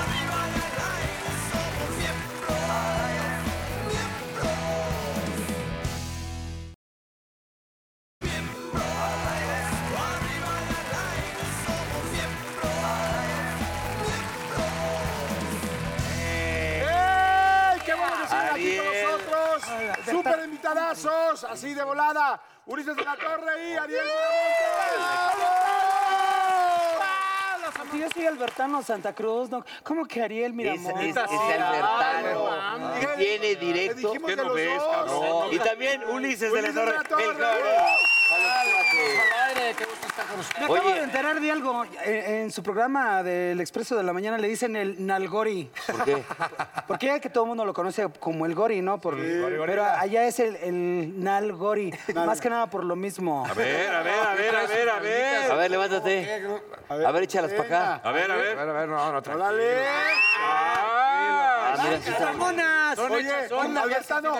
C: ¡Ey! ¡Qué bueno que estén aquí
D: Ariel.
C: con nosotros! ¡Súper invitadazos! Así de volada. Ulises de la Torre y Ariel
G: Yo soy Albertano Santa Cruz, ¿no? ¿Cómo que Ariel
D: Es,
G: Miramón?
D: es, es
G: No,
D: Albertano.
C: Bravo.
D: Y Viene directo.
A: ¿Qué no ves, cabrón?
D: No, Y también Ulises de la Torre. El cabrón.
G: Me acabo
D: Oye.
G: de enterar de algo. En, en su programa del Expreso de la Mañana le dicen el Nalgori.
D: ¿Por qué?
G: Porque ya que todo el mundo lo conoce como el Gori, ¿no? Por- pero allá es el, el Nalgori. Más que nada por lo mismo.
A: A ver, a ver, a ver, a ver, a ver.
D: A ver, levántate. A ver, échalas para acá.
A: A ver, a ver.
E: A ver, no, no, tranquilo.
C: ¡Dale!
D: Ah, mira, sí está-
G: ¡Ramonas!
C: Oye, Albertano,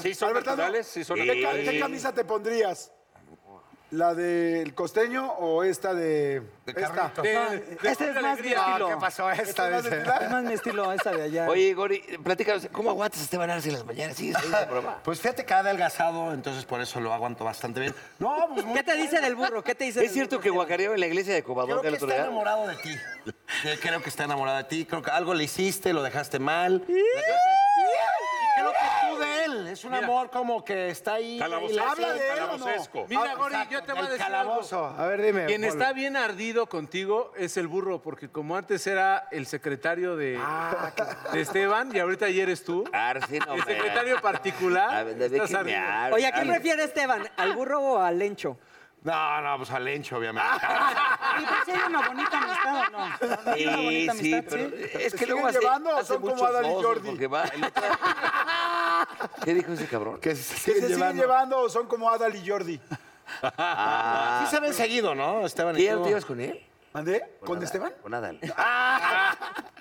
A: Sí, son
C: Albertano,
A: naturales, sí, son
C: ¿qué, ca-
A: naturales.
C: qué camisa te pondrías? ¿La del costeño o esta de. esta?
D: Ah,
C: Ah, Este
G: Este es más mi estilo.
E: pasó
C: ¿Esta no es de
G: Es
C: Pilar?
G: más mi estilo, esa de allá.
D: Oye, Gori, eh, platícanos, ¿cómo aguantas este a Esteban Arce en las mañanas? Sí, sí, de broma.
H: Pues fíjate que ha adelgazado, entonces por eso lo aguanto bastante bien. No, pues muy-
F: ¿Qué te dice del burro? ¿Qué te dice
D: ¿Es cierto que guacareó en la iglesia de
H: creo
D: Cobadón
H: que
D: del
H: está
D: otro día?
H: enamorado de ti. Eh, Creo que está enamorado de ti. Creo que algo le hiciste, lo dejaste mal. La cosa- Creo que tú de él. Es un amor como que está ahí.
A: Calabozesco,
C: Habla de él, ¿o no?
A: calabozesco.
E: Mira, Gori, yo te voy a
H: El
E: decir
H: calabozo.
E: algo.
H: A ver, dime.
E: Quien está bien ardido contigo es el burro, porque como antes era el secretario de,
D: Ah,
E: de Esteban y ahorita ayer eres tú.
D: Arce, no
E: el
D: me-
E: secretario
D: A
E: particular.
D: ver, ¿de
E: estás
D: qué me
E: ardido.
D: hablas?
F: Oye, ¿a quién prefiere Esteban? ¿Al burro o al lencho?
H: No, no, pues al Encho, obviamente.
G: ¿Y pues si hay una bonita amistad o no? ¿No hay una
D: Sí,
G: bonita
D: sí,
G: amistad,
D: pero
G: sí?
D: es que
C: ¿Siguen
D: luego hace,
C: llevando o
D: hace
C: son como
D: muchos
C: Adal y
D: osos,
C: Jordi?
D: porque va el otro- ¿Qué dijo ese cabrón?
H: Que se
C: ¿Que
H: siguen
C: se siguen llevando o son como Adal y Jordi?
G: Este
H: Sí se ven seguido, ¿no? Esteban
D: ¿Y
H: y
D: ya no te
H: tú.
D: llevas con él?
C: ¿Mandé? ¿Con Esteban?
D: Con Adal.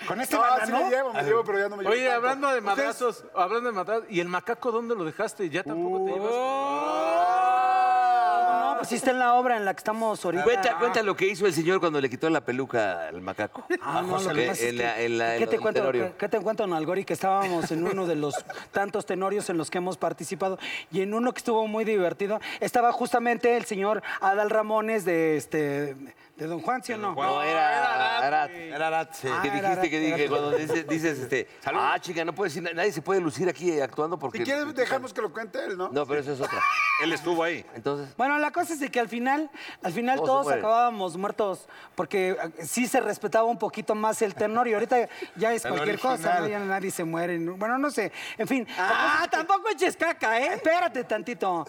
H: Con este
C: No, Ah, sí
H: banano.
C: me llevo, me llevo, pero ya no me llevo.
E: Oye,
C: tanto.
E: hablando de
C: ¿Ustedes-
E: madrazos, hablando de madrazos, ¿y el macaco dónde lo dejaste? Ya tampoco te llevas.
G: No, pues sí está en la obra en la que estamos ahorita.
D: Cuenta, cuenta lo que hizo el señor cuando le quitó la peluca al macaco.
G: Ah, no, lo
D: Porque
G: que pasa es
D: en la-
G: que-
D: en la- en
G: ¿Qué
D: lo
G: te
D: del
G: cuento?
D: tenorio.
G: ¿Qué qué te cuento, Nalgori? Que estábamos en uno de los tantos tenorios en los que hemos participado y en uno que estuvo muy divertido estaba justamente el señor Adal Ramones de este ¿De Don Juan, sí o no?
D: No, era Arat.
H: Era Arat, sí.
D: Que
G: Ah, era Arat,
D: dijiste que
G: era
D: dije, cuando dices, dices, este, ah, chica, no puedes decir, nadie se puede lucir aquí actuando porque...
C: Si quieres, dejamos que lo cuente él, ¿no?
D: No, pero eso es otra.
A: Él estuvo ahí.
D: Entonces,
G: Bueno, la cosa es de que al final, al final
D: Todos se
G: todos
D: mueren.
G: acabábamos muertos porque eh, sí se respetaba un poquito más el tenor y ahorita ya es
A: El
G: cualquier cosa,
A: original.
G: ¿no? ya nadie se muere. no- Bueno, no sé. En fin. Ah, tampoco eches caca, ¿eh? Espérate tantito.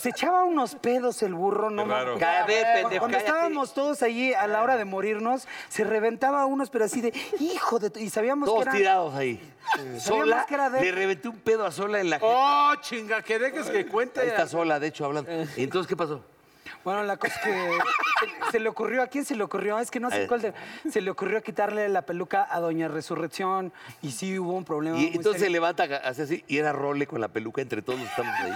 G: Se echaba unos pedos el burro, no
A: Qué
G: me
A: raro.
G: acuerdo.
D: cada vez, pendejo,
G: Cuando
D: cállate.
G: estábamos todos allí a la hora de morirnos, se reventaba unos, pero así de, hijo de... tu-", Y sabíamos
D: Todos
G: que era...
D: tirados ahí. Sola,
G: que era de-
D: le reventé un pedo a Sola en la... jeta.
E: ¡Oh, chinga! Que dejes que cuente.
D: Ahí está Sola, de hecho, hablando.
G: Eh.
D: ¿Y entonces qué pasó?
G: Bueno, la cosa es que se le ocurrió, ¿a quién se le ocurrió? Es que no sé cuál de- Se le ocurrió quitarle la peluca a Doña Resurrección y sí hubo un problema.
D: Y
G: muy
D: entonces se
G: serio.
D: levanta, hace así, y era Role con la peluca entre todos los que estamos ahí.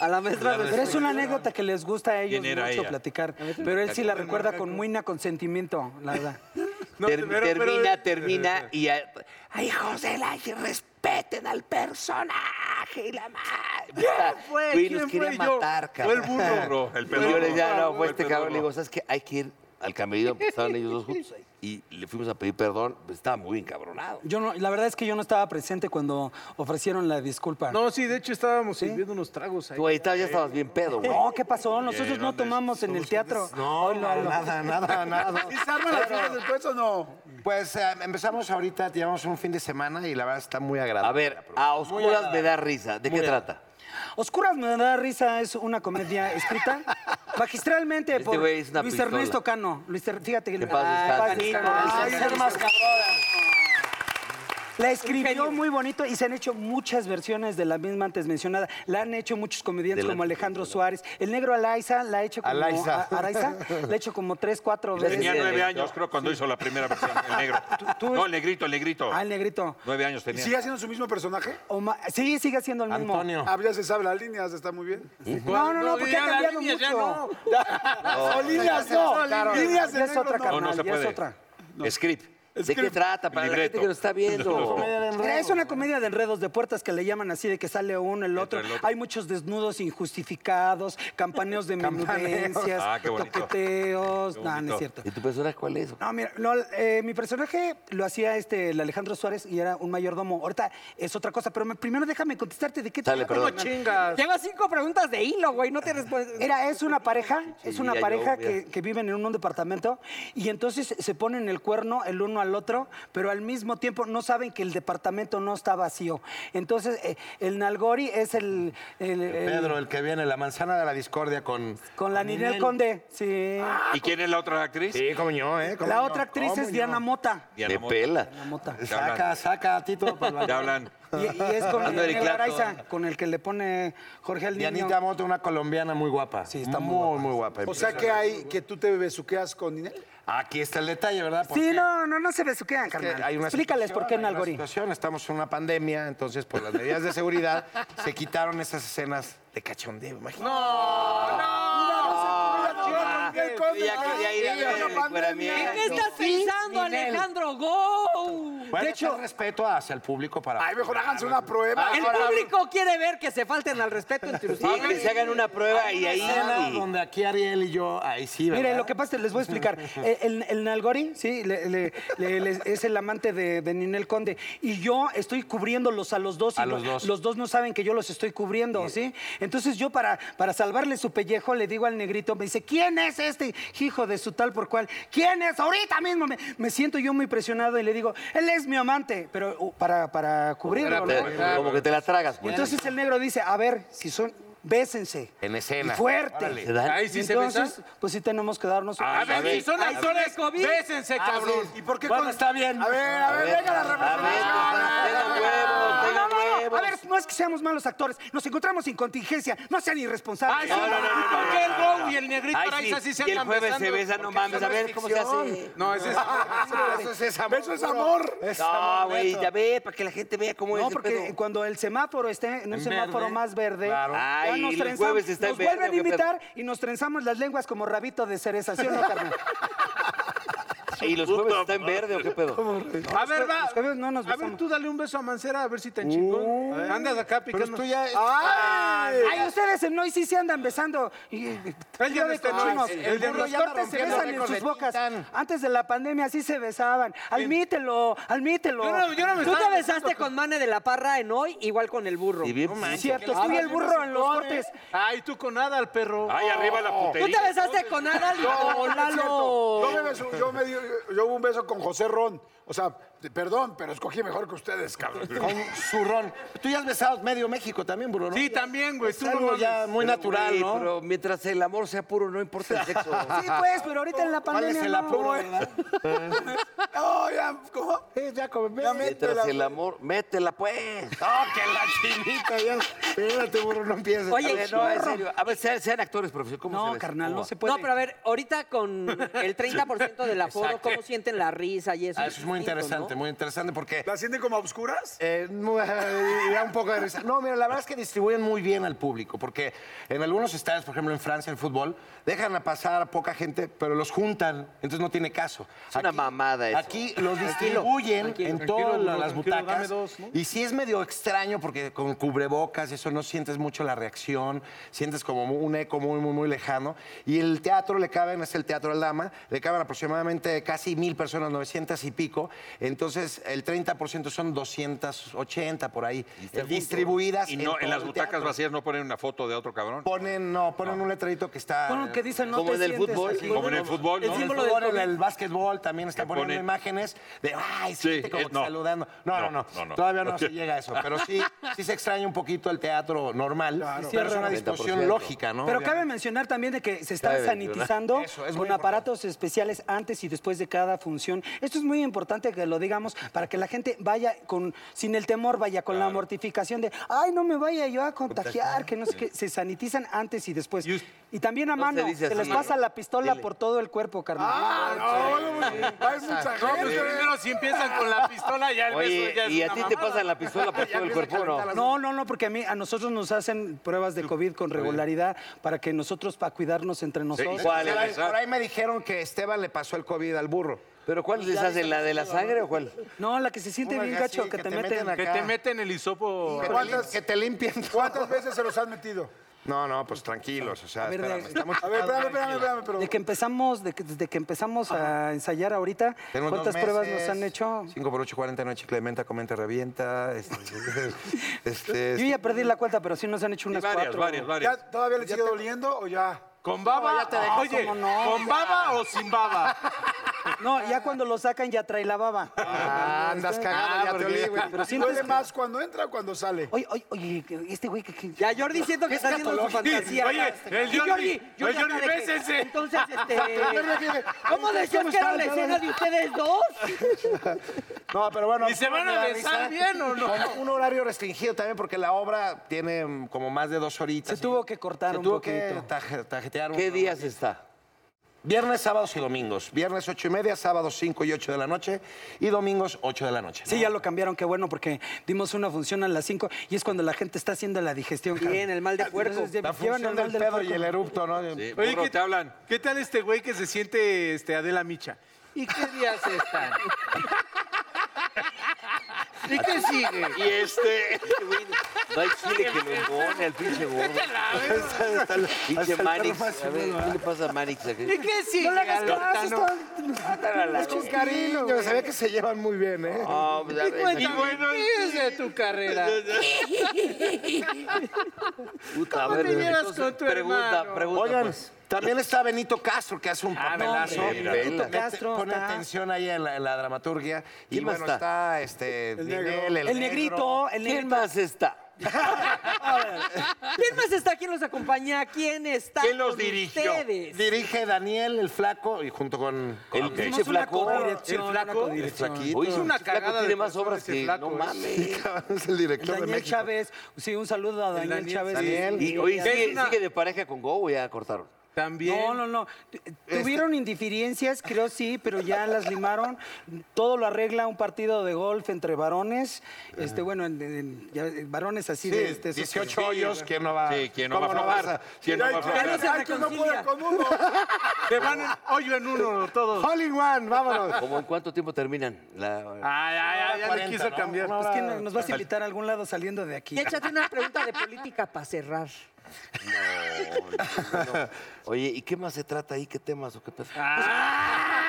F: A la maestra
G: Pero es una anécdota que les gusta a ellos
A: ¿Quién era
G: mucho
A: ella?
G: platicar. Pero él sí la recuerda con muy na consentimiento, la verdad.
E: No,
D: Ter-
E: pero- pero-
D: termina, termina y... a- ¡Ay, José, la, que respeten al personaje! y La madre!
E: fue?
D: Güey,
E: ¿Quién
D: nos quería
E: fue? Yo.
D: matar,
E: Fue el burro,
A: bro, el
D: Y yo le
A: pedorro.
D: decía, no,
A: Fue
D: fue
A: el
D: este cabrón. Le
A: pedorro.
D: digo, ¿sabes qué? Hay que ir al camerino. pues, Estaban ellos dos juntos y le fuimos a pedir perdón. pues, estaba muy encabronado.
G: Yo no, la verdad es que yo no estaba presente cuando ofrecieron la disculpa.
E: No, sí, de hecho estábamos sirviendo unos tragos ahí.
D: Tú ahí estabas- ya estabas bien pedo, güey.
G: No, ¿qué pasó? Nosotros no tomamos en el teatro.
H: No,
G: Hoy lo-
H: no,
G: lo-
H: nada, nada, nada.
C: ¿Y se arman las fiestas después o no?
H: Pues eh, empezamos ahorita, llevamos un fin de semana y la verdad está muy agradable.
D: A ver, a oscuras me da risa. ¿De qué trata?
G: Oscuras me da risa es una comedia escrita magistralmente
D: Este
G: por
D: güey es una
G: Luis
D: pistola.
G: Ernesto Cano. Luis Er- fíjate que
D: Que paz descanse.
G: Ay, ser más La escribió muy bonito y se han hecho muchas versiones de la misma antes mencionada. La han hecho muchos comediantes
D: De la-
G: como Alejandro Suárez. El negro Alaiza la ha hecho como...
H: Alaiza.
G: a- Araiza, la ha hecho como tres, cuatro veces.
A: Tenía
D: Sí,
A: nueve
D: sí.
A: años, creo, cuando hizo la primera versión, el negro.
G: tú-
A: No, el negrito, el negrito.
G: Ah, el negrito.
A: Nueve años
C: ¿Y
A: tenía.
C: sigue haciendo su mismo personaje?
G: Oma- Sí, sigue siendo el mismo.
H: Antonio.
C: Ah, ya se sabe las líneas, está muy bien.
G: No, no, no, porque ha
E: ya la
G: cambiado
E: línea ya
G: mucho.
C: No,
E: no.
C: líneas no. Líneas de
G: Ya es
C: negro
G: otra
C: no.
A: No, no
G: carnal, ya
A: se
G: es
A: puede.
G: otra.
A: Script.
D: ¿De qué trata? Para la gente
A: Libreto.
D: que nos está viendo.
G: Es una comedia de enredos, de puertas que le llaman así, de que sale uno, el otro.
A: el otro.
G: Hay muchos desnudos injustificados, campaneos de menudencias,
A: Ah, qué bonito.
G: toqueteos.
A: Qué
G: No, no
A: bonito.
G: es cierto.
D: ¿Y tu personaje cuál es?
G: No, mira, no, eh, mi personaje lo hacía este, el Alejandro Suárez y era un mayordomo. Ahorita es otra cosa, pero me- primero déjame contestarte de qué
D: Sale,
G: trata.
D: perdón.
E: Chingas.
F: Lleva cinco preguntas de hilo, güey. No pues. te respondes.
G: Era, es una pareja, es
D: Sí,
G: una
D: ya yo,
G: pareja que,
D: mira.
G: que viven en un departamento y entonces se ponen el cuerno el uno al otro, pero al mismo tiempo no saben que el departamento no está vacío. Entonces, eh, el Nalgori es el... el- el-
H: Pedro, el que viene, la manzana de la discordia con...
G: con la Ninel Conde, sí.
A: ¿Y quién es la otra actriz?
H: Sí, como yo, ¿eh? cómo
G: la
H: no,
G: otra actriz
H: cómo
G: es
H: yo.
G: Diana Mota.
A: Diana
D: De
A: Mota.
D: pela.
G: Diana Mota.
H: Saca, saca, Tito. pa'l
A: Ya
H: baño.
A: hablan.
G: Y, y es con el,
D: Ándale,
G: negro
D: claro.
G: Araiza, con el que le pone Jorge al niño.
H: Dianita Moto, una colombiana muy guapa.
G: Sí, está muy
H: muy, muy guapa.
C: O sea que hay que tú te besuqueas con Ninel.
H: Aquí está el detalle, ¿verdad?
G: Sí,
H: Porque
G: no, no, no se besuquean,
H: que
G: carnal.
H: hay una
G: Explícales
H: situación,
G: por qué
H: hay una
G: Nalgori.
H: situación, Estamos en una pandemia, entonces por las medidas de seguridad se quitaron esas escenas de cachondeo, imagínate.
D: Ya quería ir a ver el encueramiento.
F: ¿Qué estás pensando, Alejandro? ¡Go!
H: de hecho, respeto hacia el público
F: Ah,
H: para.
C: Ay, mejor háganse una prueba.
F: El público quiere ver que se falten al respeto entre
D: Sí,
F: ustedes.
D: que se hagan una prueba y ahí...
H: Escena donde aquí Ariel y yo, ahí sí, ¿verdad?
G: Mire, lo que pasa, les voy a explicar. El, el- el Nalgori, sí, le- le- le- le- es el amante de, de Ninel Conde. Y yo estoy cubriéndolos a los dos. y
H: A los dos.
G: no saben que yo los estoy cubriendo, ¿sí? Entonces yo para, para salvarle su pellejo le digo al negrito, me dice, ¿quién es este hijo de su tal por cual? ¿Quién es? Ahorita mismo me, me siento yo muy presionado y le digo, él es mi amante, pero uh, para, para cubrirlo. ¿no?
D: Te- Como que te la tragas,
G: Y
D: pues.
G: entonces el negro dice, a ver, si son, bésense.
H: En escena.
G: Y fuerte.
H: Órale.
D: ¿Se dan?
E: Ahí sí
G: Y
E: se
G: entonces,
E: besan.
G: pues sí tenemos que darnos...
E: A ver, si son actores,
F: COVID.
E: bésense, cabrón.
C: Ah, ¿Y por qué
H: Bueno,
C: con-
H: está bien.
C: A ver, a ver, venga la
D: A ver,
C: representación.
D: tengan huevos,
G: No,
D: tengan
G: no, no.
D: huevos.
G: A ver, no es que seamos malos actores. Nos encontramos sin contingencia. No sean irresponsables.
E: No, no, no, no, ¿Por qué el Go y el negrito
D: Ay,
E: Araiza sí
D: sí,
E: se
D: y el
E: andan
D: jueves se
E: besando?
D: besan, no mames, a ver cómo se hace.
E: No, ese es...
D: Ah,
H: Eso es, es amor.
C: Eso es amor.
D: No, güey, ya ve, para que la gente vea cómo es
G: No,
D: el
G: porque
D: pedo.
G: cuando el semáforo esté en un
H: En
G: semáforo
H: verde,
G: más verde,
H: claro.
G: ya
D: Ay,
G: nos
D: los
G: trenzamos,
D: jueves está en
G: nos
D: verde,
G: vuelven a
D: ¿o qué pedo?
G: imitar y nos trenzamos las lenguas como rabito de cereza, ¿sí o no, carnal?
D: ¿Y los jueves está en verde o qué pedo?
E: A ver, va.
G: Los jueves no nos
E: a ver,
G: besamos. Uh.
E: tú dale un beso a Mancera, a ver si tan chingón. Andas acá
H: Pero
E: picando.
H: tú ya...
G: Ay, ustedes en Noy sí se andan besando. Y,
E: Él ya no
G: de
E: está
G: cochinos.
E: en Noy. El de
G: Los
E: Noy anda
G: cortes se
E: rompiendo
G: besan en
E: récords
G: sus
E: de
G: bocas.
E: Tintán.
G: Antes de la pandemia sí se besaban. Admítelo, admítelo.
E: Yo no- yo no me
F: Tú
E: estaba
F: te besaste con Mane de la Parra en hoy, igual con el burro.
D: Y bien,
G: Es cierto, estoy el burro en los cortes.
E: Ay, tú con nada al perro.
A: Ay, arriba la
F: Tú te
A: putería.
F: besaste con Adal y
C: No,
F: con
C: no es cierto.
F: Lalo.
C: Yo me beso- yo me di- yo hubo un beso con José Ron. O sea, te- perdón, pero escogí mejor que ustedes, cabrón.
H: Con zurrón. Tú ya has besado medio México también, burro, ¿no?
E: Sí, también, güey.
H: Es
E: Tú no
H: algo
E: mames.
H: ya muy natural,
D: Güey,
H: ¿no?
D: Pero mientras el amor sea puro, no importa el sexo.
G: Sí, pues, pero ahorita en la
H: ¿Cuál
G: pandemia.
H: es el
G: no.
H: apuro, verdad?
C: No, ya, ¿cómo?
H: Sí, ya comí.
D: mientras el amor, métela pues.
H: ¡Oh, que la chinita! Ya. Espérate, burro, no empieces.
F: Oye,
D: A ver, no, en serio. A ver, sean, sean actores, profesor. ¿Cómo se
G: No,
D: les
G: carnal, no
D: incomoda?
G: se puede.
F: No, pero a ver, ahorita con el 30% del aforo, ¿cómo sienten la risa y eso?
H: Ah, eso es muy
F: distinto,
H: interesante,
F: ¿no?
H: muy interesante porque...
C: ¿La sienten como a obscuras?
H: Eh, mu- y da un poco de risa. No, mira, la verdad es que distribuyen muy bien al público, porque en algunos estadios, por ejemplo, en Francia, en fútbol, dejan a pasar a poca gente, pero los juntan, entonces no tiene caso.
D: Es una mamada eso.
H: Aquí los distribuyen en todas
E: Tranquilo,
H: las
E: tranquilo, dame
H: butacas.
E: dos, ¿no?
H: Y sí es medio extraño, porque con cubrebocas y eso no sientes mucho la reacción, sientes como mu- un eco muy, muy, muy lejano. Y el teatro le caben, es el Teatro Aldama, le caben aproximadamente casi mil personas, 900 y pico. Entonces, el 30% son 280 por ahí, eh, distribuidas.
A: Y no,
H: todo
A: en las
H: el
A: butacas
H: teatro.
A: vacías no ponen una foto de otro cabrón.
H: Ponen, no, ponen un letrerito que está...
G: Con lo que dicen, no
D: Como
G: te
D: en el
G: sientes
D: fútbol.
G: así.
A: Como en el fútbol,
H: El
A: ¿no?
H: símbolo del fútbol, en el básquetbol también está
A: Que
H: poniendo
A: pone-
H: imágenes de, ay,
A: Sí,
H: sí, como
A: eh,
H: que
A: no.
H: saludando. No,
A: No,
H: no, no,
A: no, no.
H: Todavía no se llega a eso, pero sí, sí se extraña un poquito el teatro normal. Pero es una
D: 90%.
H: discusión lógica, ¿no?
G: Pero
H: Obviamente.
G: cabe mencionar también de que se están
D: Cabe mencionar.
G: sanitizando
H: Eso, es muy
G: con aparatos especiales antes y después de cada función. Esto es muy importante que lo digamos para que la gente vaya con sin el temor, vaya con la mortificación de, ay, no me vaya yo a contagiar, que no sé qué. Se sanitizan antes y después.
E: Y us-
G: Y, también a
D: No
G: mano,
D: se dice
G: se, les
D: así,
G: pasa
D: ¿no?
G: la pistola por todo el cuerpo, carnal.
A: Ah,
C: Hay mucha
E: No, pues
C: gente.
E: primero si empiezan con la pistola, ya el
D: Oye,
E: beso ya es
D: ¿y a
E: una
D: ti te
E: mamada.
D: pasan la pistola por todo el cuerpo o no?
G: No, no, no, porque a, mí, a nosotros nos hacen pruebas de COVID con regularidad para que nosotros, para cuidarnos entre nosotros.
D: ¿Cuál
H: Por
D: es?
H: ahí- Por ahí me dijeron que Esteban le pasó el COVID al burro.
D: ¿Pero cuál les hace? ¿La de la sangre o cuál?
G: No, la que se siente
H: Una
G: bien
H: que
G: gacho,
H: así,
G: que,
H: que
G: te,
H: te
G: meten
H: meten
G: acá.
E: Que te meten el hisopo.
C: pues,
H: Que te lim- Que te limpien.
C: ¿Cuántas veces se los han metido?
H: No, no, pues tranquilos, o sea,
G: ver, de-
H: espérame, estamos-
C: A ver, espérame, espérame, espérame, pero.
G: De que empezamos, de que, desde que empezamos a ensayar ahorita,
H: Tenemos dos
G: ¿cuántas pruebas nos
H: meses,
G: han hecho?
H: 5 por 8, 40 noche, Clementa, comenta, revienta. Este, este,
G: Yo ya perdí la cuenta, pero sí nos han hecho unas
A: Varias,
G: cuatro.
A: varias, varias.
C: ¿Ya ¿Todavía le sigue doliendo o ya?
E: ¿Con baba? Oye,
G: ¿cómo no?
E: ¿con baba o sin baba?
G: No, ya cuando lo sacan ya trae la baba.
H: Ah, andas cagado, ya te olí, güey.
G: Pero sientes
C: ¿Duele
H: este
G: que-
C: más cuando entra o cuando sale?
G: Oye, oye, oye, este güey que... que-
F: Ya Jordi siento que está haciendo su fantasía.
E: Oye,
F: acá.
E: el
F: Y
E: Jordi,
F: yo
E: el
F: ya
E: Jordi,
F: me dejé.
E: bésense.
F: Entonces, este... ¿Cómo decías que era la escena de ustedes dos?
H: No, pero bueno.
E: ¿Y se van a
H: me da
E: besar
H: risa.
E: bien o no?
H: Con un horario restringido también, porque la obra tiene mm, como más de dos horitas.
G: Se
H: Y
G: tuvo que cortar
H: se
G: un
H: tuvo que
G: poquito.
H: taje- tajetear un
D: ¿Qué días está?
H: Viernes, sábados y domingos. Viernes ocho y media, sábados 5 y 8 de la noche y domingos 8 de la noche.
G: Sí,
H: ¿no?
G: ya lo cambiaron, qué bueno, porque dimos una función a las 5 y es cuando la gente está haciendo la digestión.
F: Bien, el mal de puerco.
G: Entonces,
H: La
G: llevan
H: función
G: el mal
H: del
G: del
H: pedo y
G: puerco.
H: el erupto, ¿no?
A: Sí,
E: Oye,
A: burro,
E: ¿qué-
A: te hablan.
E: ¿Qué tal este güey que se siente este, Adela Micha? ¿Y qué días están? ¿Y qué sigue?
A: Y este.
D: No hay chile que lo engone al pinche gordo. Pinche Manix. A ver, ¿qué le pasa a Manix?
E: ¿Y qué sigue? Albertano?
D: Es
H: Con cariño, se ve que se llevan muy bien, ¿eh?
D: Ah,
E: Y bueno, ¿qué es de tu carrera?
D: Puta, a ver,
E: te llevas
D: entonces,
E: con tu hermano?
D: pregunta, pregunta.
H: Oigan,
D: pues.
H: también está Benito Castro, que hace un
E: Ah,
H: papelazo.
E: hombre,
D: mira.
H: Benito
D: Mira.
G: Castro
H: Pone
G: está.
H: atención ahí en la, en la dramaturgia. Y
D: ¿Quién más
H: bueno, está,
D: está?
H: este, Ninel, el,
G: El negrito, el
D: ¿Quién
G: negrito.
D: más está?
F: ¿Quién más está? ¿Quién los acompaña? ¿Quién está
A: ¿Quién los
F: con
A: dirigió?
F: ustedes?
H: Dirige Daniel, el flaco, y junto con
D: El
H: Ok.
D: pinche flaco.
E: ¿El flaco?
H: el flaquito.
D: Oye,
E: Hizo una
D: pinche flaco
E: cagada de
D: tiene más
E: persona
D: obras
E: ese
D: que
E: flaco,
D: no
E: ¿eh?
D: mames.
H: es el director de
G: Daniel
H: México.
G: Chávez, sí, un saludo a Daniel,
E: Daniel
G: Chávez.
H: Daniel.
D: Y oye,
E: Es
D: ¿sigue,
E: una-
D: sigue de pareja con Go o ya cortaron?
E: También.
G: No, no, no. Eh, Tuvieron indiferencias, creo sí, pero ya las limaron. Todo lo arregla un partido de golf entre varones. Este, bueno, en- en- ya, eh, varones así de, de esos-
H: 18 hoyos, ¿quién no va?
A: Sí, ¿quién no va a
H: ¿Cómo vas
A: probar? ¿Quién no va a probar?
C: Ay, ay, que no puede con uno.
E: Te van en hoyo en uno todos.
H: All in one, vámonos.
D: ¿Cómo en cuánto tiempo terminan? La-
E: Ay, ay, ay, ya le
H: 40,
E: quiso
H: ¿no?
E: cambiar.
G: Pues, ¿quién nos- nos vas a invitar a algún lado saliendo de aquí.
I: Y échate una pregunta de política para cerrar.
D: Oye, ¿y qué más se trata ahí? ¿Qué temas o qué pedo?
A: Ah,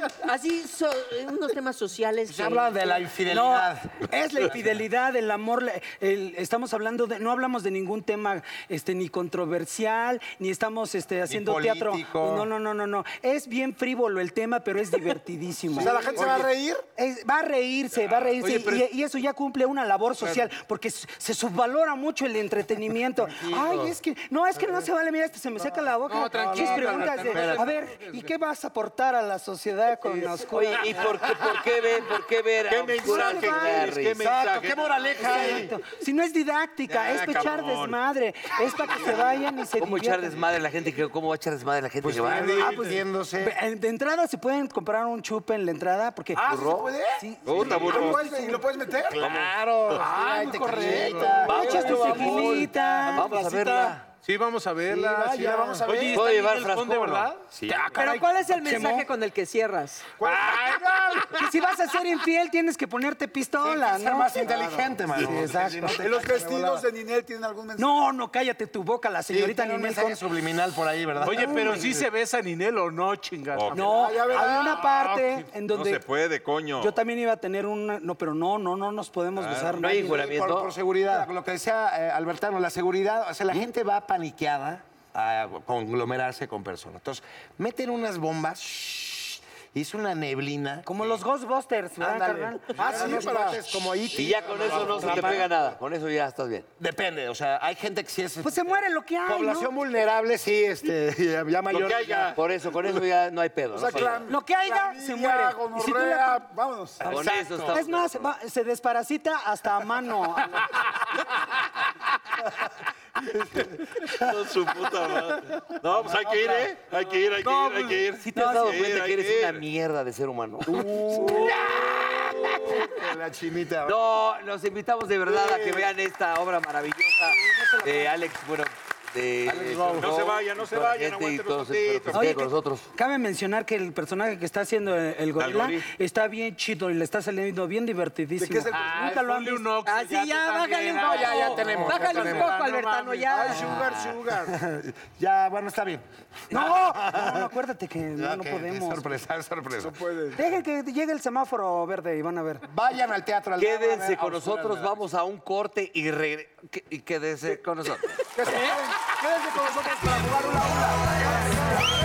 F: Ah,
I: Así, so- unos temas sociales.
H: Se
I: que-
H: habla de la infidelidad.
G: No, es la infidelidad, el amor. la- el- estamos hablando de, no hablamos de ningún tema, este, ni controversial, ni estamos, este, haciendo teatro.
H: político.
G: No, no, no, no, no. Es bien frívolo el tema, pero es divertidísimo.
C: O sea, la gente se va a reír.
G: Es- va a reírse, va a reírse.
E: Oye, pero-
G: y, y eso ya cumple una labor social, porque s- se subvalora mucho el entretenimiento. Ay, es que, no, es que no se vale, mira, hasta se me seca la boca.
E: No, tranquilo,
G: Mis preguntas de,
E: espérate.
G: a ver, ¿y qué vas a aportar a la sociedad con las
D: Pues, Oye,
G: cosas?
D: ¿y por qué, por qué ver? ¿Por qué ver? a
A: ¿Qué
D: obscuras
A: mensaje,
D: a
A: Luis?
D: Harry?
A: ¿Qué mensaje?
H: ¿Qué moraleja hay?
G: Exacto. Si no es didáctica,
A: Ya,
G: es para echar
A: cabrón.
G: desmadre. Es para que se vayan y se
D: ¿Cómo echar
G: diviertan.
D: desmadre a la gente? que- ¿Cómo va a echar desmadre a la gente que va?
G: Ah, pues,
H: divirtiéndose.
G: ve- De entrada se pueden comprar un chupe en la entrada porque.
C: Ah, ¿sí se puede?
G: Sí.
A: Puta, burro.
C: ¿Lo puedes- ¿Y lo puedes meter? Pues,
H: Claro.
C: Ay,
H: Ay,
C: muy
H: te
C: correcto.
G: Ah, echas tu tequilita.
D: Vamos a verla.
E: Sí, vamos a verla.
C: vaya,
E: sí.
C: vamos a ver.
E: Oye, ¿y
D: ¿Puedo
E: está
D: llevar
E: Ninel
D: frasco
E: Conde,
D: o no?
E: verdad?
I: Pero ¿cuál es el
G: Ah, Chemo.
I: mensaje con el que cierras?
G: Que si vas a ser infiel, tienes que ponerte pistola,
H: Ser
G: ¿no?
H: más inteligente, mano.
G: Sí, exacto.
C: ¿En los vestidos de Ninel tienen algún mensaje?
G: No, no, cállate tu boca, la señorita
H: Señorita, ni un
G: Ninel
H: mensaje
G: Conde.
H: subliminal por ahí, ¿verdad?
E: Oye, pero sí se besa Ninel o no, chingada.
A: Ok.
G: No,
C: Ah, ya verás.
G: había una
E: Ah,
G: parte en
A: No
G: donde
A: se puede, coño.
G: yo también iba a tener una. No, pero no, no, no nos podemos besar.
D: No hay encueramiento.
H: Por, por seguridad, lo que decía eh, Albertano, la seguridad, o sea, la gente va paniqueada a conglomerarse con personas. Entonces, meten unas bombas, shh, hizo una neblina.
G: Como los Ghostbusters, ¿verdad,
H: Ándale.
G: carnal?
H: Ah, sí,
C: Unos
H: para-
C: cuates
H: como
D: Y ya con eso no se te pega nada. Con eso ya estás bien.
H: Depende, o sea, hay gente que sí es... este,
G: Pues se muere lo que hay,
H: Población vulnerable, sí, este, ya, ya mayor.
A: que haya.
D: Por eso, con eso ya no hay pedo.
C: O sea,
D: no pasa nada.
C: clam-
G: Lo que haya, se muere.
C: gonorrea,
G: Y si tú la-
C: Vámonos.
D: Con eso
G: ¿no?
D: estamos.
G: Es más, va- se desparasita hasta a mano.
A: Con su puta madre. No, pues hay que ir, ¿eh? Hay que ir, hay que ir, hay que ir.
D: ¿Sí te has dado
A: hay ir,
D: cuenta que
A: hay
D: eres
A: ir.
D: una mierda de ser humano?
H: La Uh, chinita.
D: No, los invitamos de verdad a que vean esta obra maravillosa de Alex, bueno, de...
H: Alex Rowe.
A: No se vayan, no se
D: toda la
A: vayan,
D: gente y
A: aguanten un
D: todos ustedes
A: ratito.
D: que se
G: Oye,
D: queden con
G: que-
D: nosotros.
G: Cabe mencionar que el personaje que está haciendo el, el gorila
A: Al gorila.
G: está bien chido y le está saliendo bien divertidísimo.
C: ¿De qué es el-
E: Ay,
G: Nunca lo han
E: ponle un
G: visto.
E: Oxxo,
I: Así ya,
E: tú
I: bájale
E: también.
I: un
E: No,
I: poco.
H: ya, ya tenemos, ya
I: Bájale un
H: tenemos.
I: poco,
E: No
I: Albertano,
E: mames.
I: ya.
C: Ay, sugar, sugar.
H: Ya, bueno, está bien.
G: No, no, no, acuérdate que no, no
H: Ok, Es
G: podemos.
H: sorpresa, es sorpresa.
G: Dejen que llegue el semáforo verde y van a ver.
H: Vayan al teatro. al Dama, a
D: Quédense
H: ver,
D: con
H: a oscuras,
D: nosotros,
H: ¿verdad?
D: vamos a un corte y, regre- que- y quédense con nosotros.
C: Que se queden. Quédense con nosotros para jugar una hora.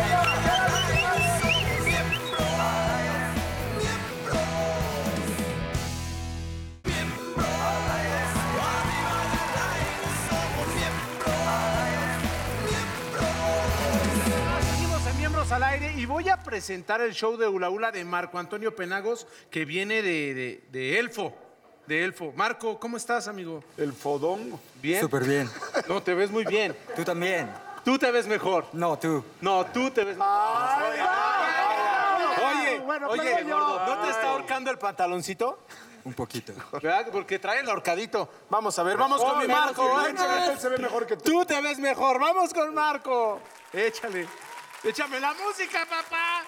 E: Seguimos en Miembros al Aire y voy a presentar el show de Hula Hula de Marco Antonio Penagos, que viene de, de- de Elfo. De Elfo. Marco, ¿cómo estás, amigo?
C: El fodón.
E: ¿Bien?
J: Súper bien.
E: No, te ves muy bien.
J: Tú también.
E: Tú te ves mejor.
J: No, tú.
E: No, tú te ves mejor.
J: Oye,
E: Oye, gordo, ¿no te está ahorcando el pantaloncito?
J: un poquito.
E: ¿Verdad? Porque trae el ahorcadito. Vamos a ver, vamos con mi Marco. échale.
C: Él se ve mejor que tú.
E: Tú te ves mejor. Vamos con Marco. Échale. Échame la música, papá.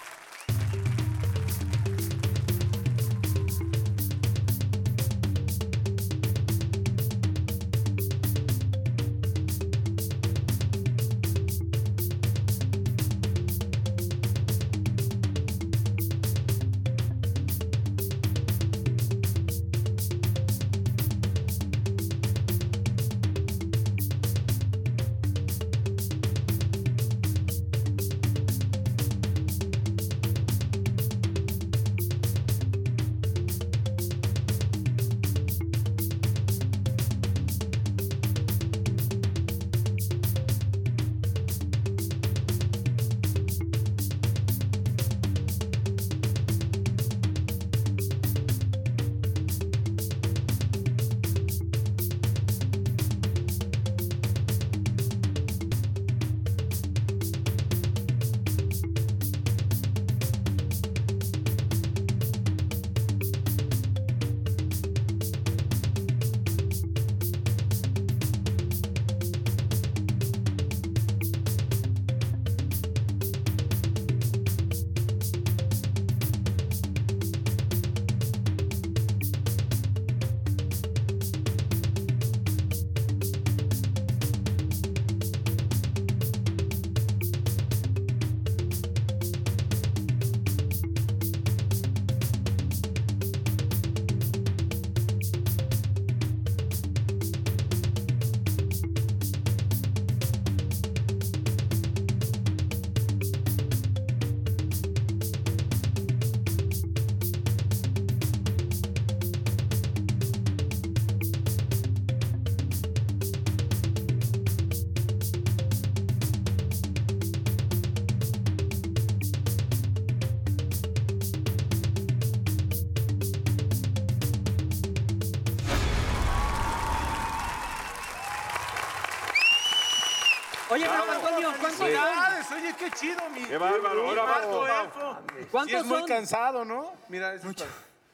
F: Oye, Marco Antonio, ¿cuántos son?
E: Felicidades, Oye, qué chido, mi.
A: Qué bárbaro,
E: mi
A: ahora
E: Marco
A: vamos.
E: Elfo.
F: ¿Cuántos
E: Sí, es muy
F: son?
E: cansado, ¿no? Mira, es Mucho.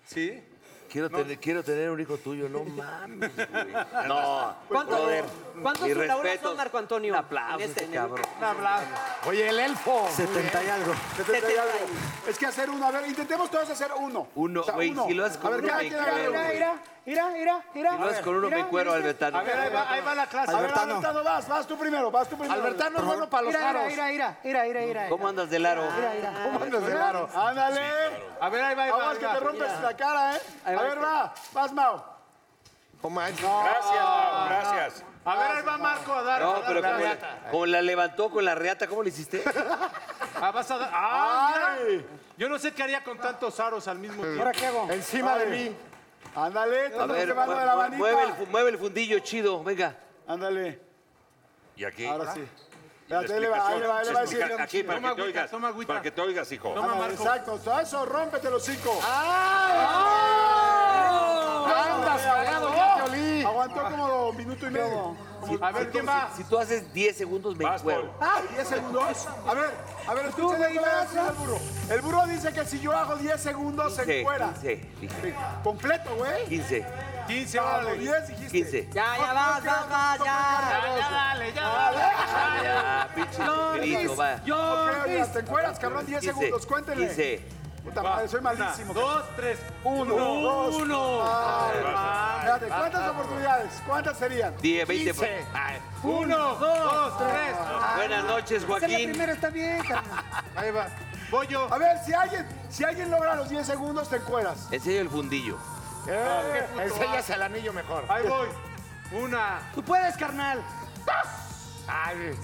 E: Sí.
D: Quiero, tener, quiero tener un hijo tuyo, no mames, güey. No,
F: ¿Cuántos,
D: brother,
F: ¿cuántos
D: mis
F: Ulaula
D: respetos.
F: son, Marco Antonio?
D: Un aplauso,
F: En este,
D: este
F: en el-
D: cabrón.
H: Oye, el elfo.
D: 70 y algo.
C: Hay algo. Es que hacer uno, a ver, intentemos todos hacer uno.
D: Uno,
C: O sea,
D: güey, si lo haces
C: A
D: con
C: ver,
D: uno
C: cada
D: me
C: quien haga
D: cuero,
C: uno.
D: güey.
G: Mira, mira, mira, mira.
D: Si lo haces con uno me cuero, Albertano.
E: A ver, ahí va, ahí va la clase.
C: A ver,
E: Albertano.
C: Albertano, vas, vas tú primero, vas tú primero.
H: Albertano es bueno para los
G: Mira,
H: aros.
G: mira, mira, mira, mira, mira.
D: ¿Cómo andas del aro?
H: ¿Cómo andas de raro?
C: Ándale.
E: A ver, ahí va, ahí va.
C: Aguas
E: ahí
C: que
E: va.
C: te rompes la cara, ¿eh? A ver, va, vas, Mao.
H: No manches.
A: Gracias, Mau, gracias.
E: A ver, ahí va Marco a dar. a
D: No,
E: dar
D: pero
E: la
D: como, la-
E: reata.
D: como la levantó con la reata, ¿cómo le hiciste?
E: Ah, vas a dar. ¡Ah! mira. Yo no sé qué haría con tantos aros al mismo tiempo.
G: ¿Ahora qué hago?
H: Encima de mí.
C: Ándale,
D: A
C: estás
D: ver,
C: llevando
D: mue-
C: de la
D: mue- mueve, el,
C: manita.
D: fu- mueve el fundillo chido, venga.
C: Ándale,
A: Y aquí.
C: ahora sí.
A: y la
C: Espérate, ahí le va, ahí le va, ahí le va a decir.
A: explicación. Aquí, para
E: Toma
A: que te
E: agüita,
A: oigas.
E: toma agüita.
A: Para que te oigas, hijo.
E: Toma,
C: Ándale,
E: Marco.
C: Exacto, todo eso, rómpete los hocico.
H: Andas cagado, ya te olí.
C: Aguantó como un minuto y medio.
E: A ver, ¿quién va?
D: Si tú haces 10 segundos, me
A: Vas,
D: encuero.
A: Paul.
C: 10 segundos. A ver, a ver, escuchen lo que va a decir el burro. El burro dice que si yo hago 10 segundos se
D: 15,
C: encuera.
D: 15, 15,
C: Completo, güey.
D: 15,
E: 15,
C: A
E: órale.
C: los 10 dijiste.
D: 15.
F: Ya, ya, vas, vas, vas, ya.
E: Ya, ya, dale, ya, dale.
D: Ah, pinche grito, va.
C: Ok, ya, te encueras, cabrón, 10
D: 15,
C: segundos, cuéntenle.
D: 15.
C: Puta madre, soy malísimo.
E: Dos, tres,
C: Uno, dos.
E: uno.
C: Ay, espérate, ¿cuántas oportunidades? ¿Cuántas serían?
D: 10, 20. por- Ay.
E: Uno, dos, tres.
D: Buenas noches,
G: Esa es la
D: Joaquín.
G: primera, está bien, carnal.
E: Ahí va. Voy yo.
C: A ver, si alguien, si alguien logra los 10 segundos, te encueras. Eh,
D: Enseña el fundillo.
E: Ah,
H: Enseñas el anillo mejor.
E: Ahí voy. Una.
G: Tú puedes, carnal.
H: Ay,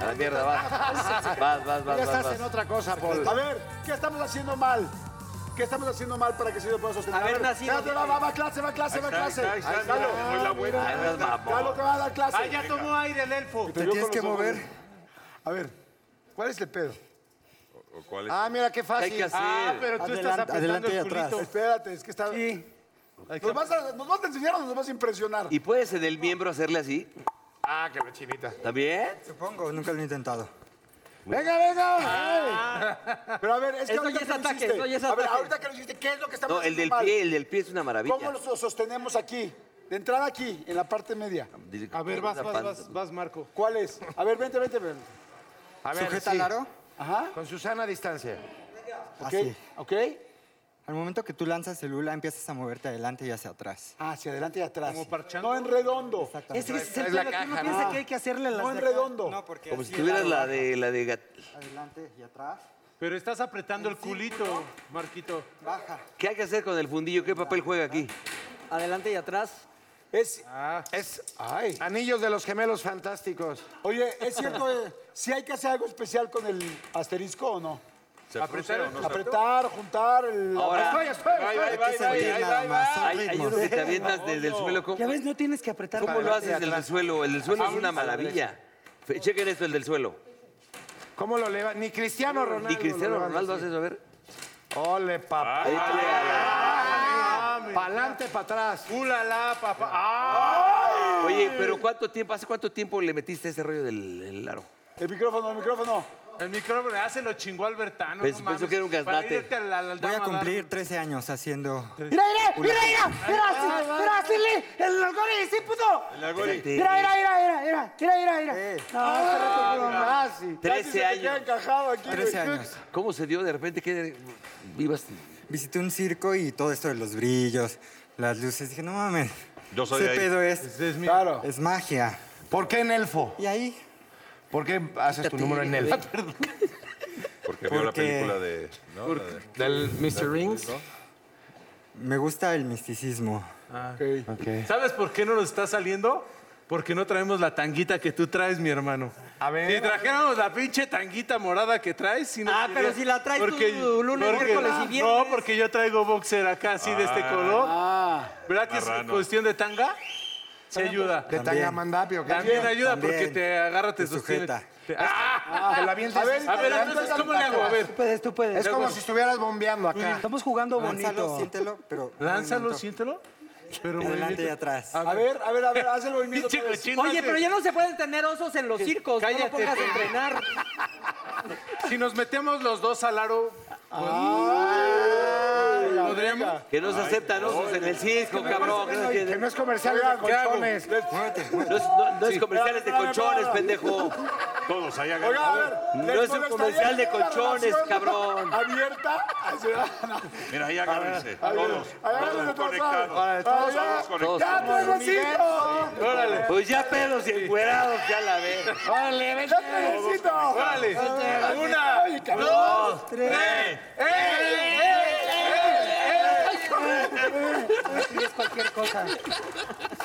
D: A la mierda, vas. Vas,
H: ya
D: vas, vas, vas.
H: estás
D: vas.
H: en otra cosa, Paul.
C: A ver, ¿qué estamos haciendo mal? ¿Qué estamos haciendo mal para que se lo pueda sostener?
F: A ver, Nacido,
C: espérate, va, va, va, clase, va, clase, va,
A: Ahí
C: clase.
A: está, ahí está, mira,
C: Galo,
A: le doy la vuelta.
D: Ay, no es
C: Galo
D: mamón.
C: te va a dar clase.
E: Ah, ya tomó aire el elfo.
C: Te tienes que mover. A ver, ¿cuál es el pedo?
A: ¿O cuál es?
H: Ah, mira qué
D: ¿Qué hay
H: fácil.
D: que hacer?
E: Ah, pero tú estás apretando el culito.
C: Espérate, es que está... ¿Nos vas, a, ¿Nos vas a enseñar o nos vas a impresionar?
D: ¿Y puedes en el miembro hacerle así?
H: Ah, que la chinita.
D: ¿También?
J: Supongo, nunca lo he intentado.
H: Venga, venga.
C: Pero a ver, es que
F: Eso
C: ahorita
F: ya es
C: que lo
F: ataque,
C: hiciste.
F: eso ya es
C: A ver,
F: ataque.
C: ahorita que lo hiciste, ¿qué es lo que estamos
D: No, el del
C: haciendo mal?
D: pie, el del pie es una
C: ¿Cómo
D: maravilla.
C: lo sostenemos aquí? De entrada aquí, en la parte media.
D: Dile-
E: A ver, vas,
D: una
E: vas,
D: pan-
E: vas, vas, Marco.
C: ¿Cuál es? A ver, vente, vente, vente.
H: A ver,
J: ¿Sujeta
H: sí.
J: al aro?
C: Ajá,
H: Con Susana a distancia.
C: ok,
J: Así.
C: ok.
J: Al momento que tú lanzas el hula, empiezas a moverte adelante y hacia atrás.
C: Ah, hacia adelante y atrás.
E: Como parchando.
C: No en redondo,
G: Es que ese es
H: Traes
G: el
H: la
G: pedo, que uno
H: caja,
G: piensa
H: ¿no?
G: que hay que hacerle las
C: no en
G: de acá.
C: redondo.
J: No, porque
D: Como si
J: así
D: tuvieras
J: el
D: la
J: aro
D: de la de gat-
J: baja, Adelante y atrás,
E: Pero estás apretando el culito, Marquito.
J: baja.
D: ¿Qué hay que hacer con el fundillo? ¿Qué papel juega aquí?
F: Adelante y atrás.
C: Es,
H: Es
C: ay.
H: Ah. anillos de los gemelos fantásticos.
C: Oye, ¿es cierto eh, si hay que hacer algo especial con el asterisco o no?
A: ¿Se apretar o no se
C: Apretar, juntar, el...
D: Ahora
H: Estoy, estoy,
A: Ahí va,
H: estoy.
A: ahí va, ahí va, ahí va, ahí va.
D: hay, hay uno que te avientas desde el suelo. ¿Cómo,
G: Ya ves, no tienes que apretar.
D: cómo lo haces desde el suelo? El del suelo es una maravilla. Fe- Chequen esto, el del suelo.
H: ¿Cómo lo levanta? Ni Cristiano Ronaldo.
D: Ni Cristiano
H: lo levanta
D: Ronaldo
H: así.
D: hace eso, a ver.
H: Ole, papá.
D: Ahí está.
H: Pa'lante, para atrás.
E: ¡Ulala, papá! ¡Ah!
D: Oye, pero ¿cuánto tiempo? ¿Hace cuánto tiempo le metiste ese rollo del el aro?
C: El micrófono, el micrófono.
E: El micrófono, ya se lo chingó Albertano.
D: Pensé-
E: mames.
D: pensó que era un gaznate.
E: Para irte a la- a la
J: Voy a
E: dama,
J: cumplir 13 años haciendo...
G: Mira, mira, mira, mira, mira, así, mira, así, le- eh, el alcohol, sí, puto.
D: Espérate.
G: Mira, mira, mira, mira, mira, mira, mira. No, este
J: Ah.
G: rato no.
H: Casi.
D: 13
C: Ya
D: años.
C: encajado aquí.
J: 13 años.
D: ¿Cómo se dio de repente que vivas?
J: Visité un circo y todo esto de los brillos, las luces. Dije, no mames.
A: Yo soy
J: ese
A: de ahí.
J: pedo es,
C: Claro.
J: es magia.
H: ¿Por qué en elfo?
J: Y ahí,
H: ¿Por qué haces tu número en elfo?
A: Porque vio la
J: Porque-
A: película de. ¿no? La de-
H: Del Mr. Rings.
J: me gusta el misticismo.
E: ¿Sabes por qué no nos está saliendo? Porque no traemos la tanguita que tú traes, mi hermano.
H: A ver.
E: Si trajéramos la pinche tanguita morada que traes, si no
F: Ah, pero si la traes tú lunes, miércoles y viernes.
E: Ah, No, porque yo traigo boxer acá así de este color. ¿Verdad que es
A: Marrano.
E: cuestión de tanga? Se
H: Ah,
E: ayuda.
H: De tanga mandapio. ¿qué?
E: También ayuda
J: También.
E: porque te agarra, te,
J: Te
E: sostiene.
J: sujeta.
E: Te- ¡Ah!
H: Te la avientas.
C: A ver,
E: A ver, entonces, ¿cómo le hago? A ver,
G: Tú puedes, tú puedes.
H: Es como si estuvieras bombeando acá.
G: Estamos jugando
J: Lánzalo,
G: bonito.
J: siéntelo, pero...
E: lánzalo,
J: movimiento.
E: siéntelo. Pero
J: Adelante y atrás.
C: A ver, a ver, a ver, haz el movimiento. otra vez.
F: pues. Oye, pero ya no se pueden tener osos en los circos. No
E: Cállate.
F: lo pongas a entrenar.
E: Si nos metemos los dos al aro, pues, podríamos.
D: Que no se aceptan osos en el circo, cabrón. No,
H: Que no es comercial,
C: Oigan,
H: con
C: ¿qué hago?
H: colchones.
D: es- no- no es comerciales de
C: Espérame, espérame,
D: colchones, pendejo.
A: Todos allá
C: Oiga,
A: ganan.
C: a ver.
D: No
C: ¿les
D: es un
C: molestaría
D: comercial de
C: tener una
D: colchones,
C: relación
D: cabrón.
C: Abierta. Así, no.
A: Este, Mira, ahí agárrense.
C: Ahí,
A: Todos.
C: ahí, ahí, ahí,
A: Todos
C: todos
A: conectados.
C: lados.
A: Todos
C: Ahí,
A: todos
C: ahí.
A: conectados.
C: ¡Ya, traigoncito!
D: Pues ya pedos y encuerados, ya la ves.
C: ¡Ya, traigoncito!
E: Órale.
C: ¡Una!
E: Dos, tres. ¡Eh, eh, eh, eh, eh!
G: es cualquier cosa.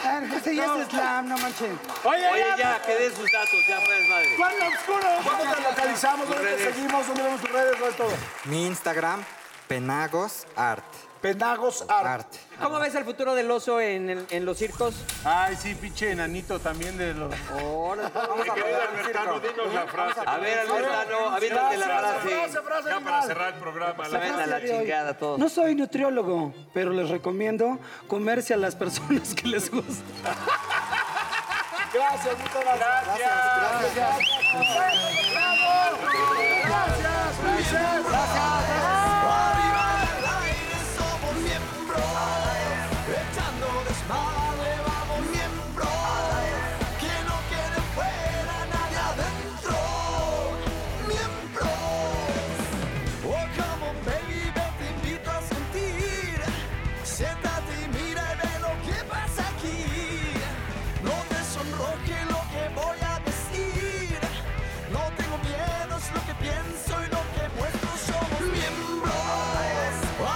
G: Ah, ese ya es slam, no manches.
D: Oye, ya, que den sus datos, ya fue madre.
C: ¡Cuarto oscuro! ¿Dónde te localizamos? ¿Dónde te seguimos? ¿Dónde vemos tus redes? ¿Dónde es todo?
J: Mi Instagram, Penagos Art.
C: Penagos Art.
J: Art.
F: ¿Cómo ves el futuro del oso en, el- en los circos?
E: Ay, sí, pinche enanito también de los.
J: Vamos a
A: Querido
J: probar un
A: Albertano,
J: circo.
A: dinos la frase.
D: A ver, Albertano, avítate la frase.
A: Ya para cerrar el programa. la
D: Vete a la chingada todos.
G: No soy nutriólogo, pero les recomiendo comerse a las personas que les gusta.
C: Gracias, muchas gracias. Gracias, gracias. ¡Bravo! Gracias, Ulises.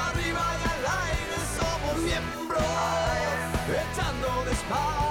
K: Arriba y al aire somos miembros, echando despacio.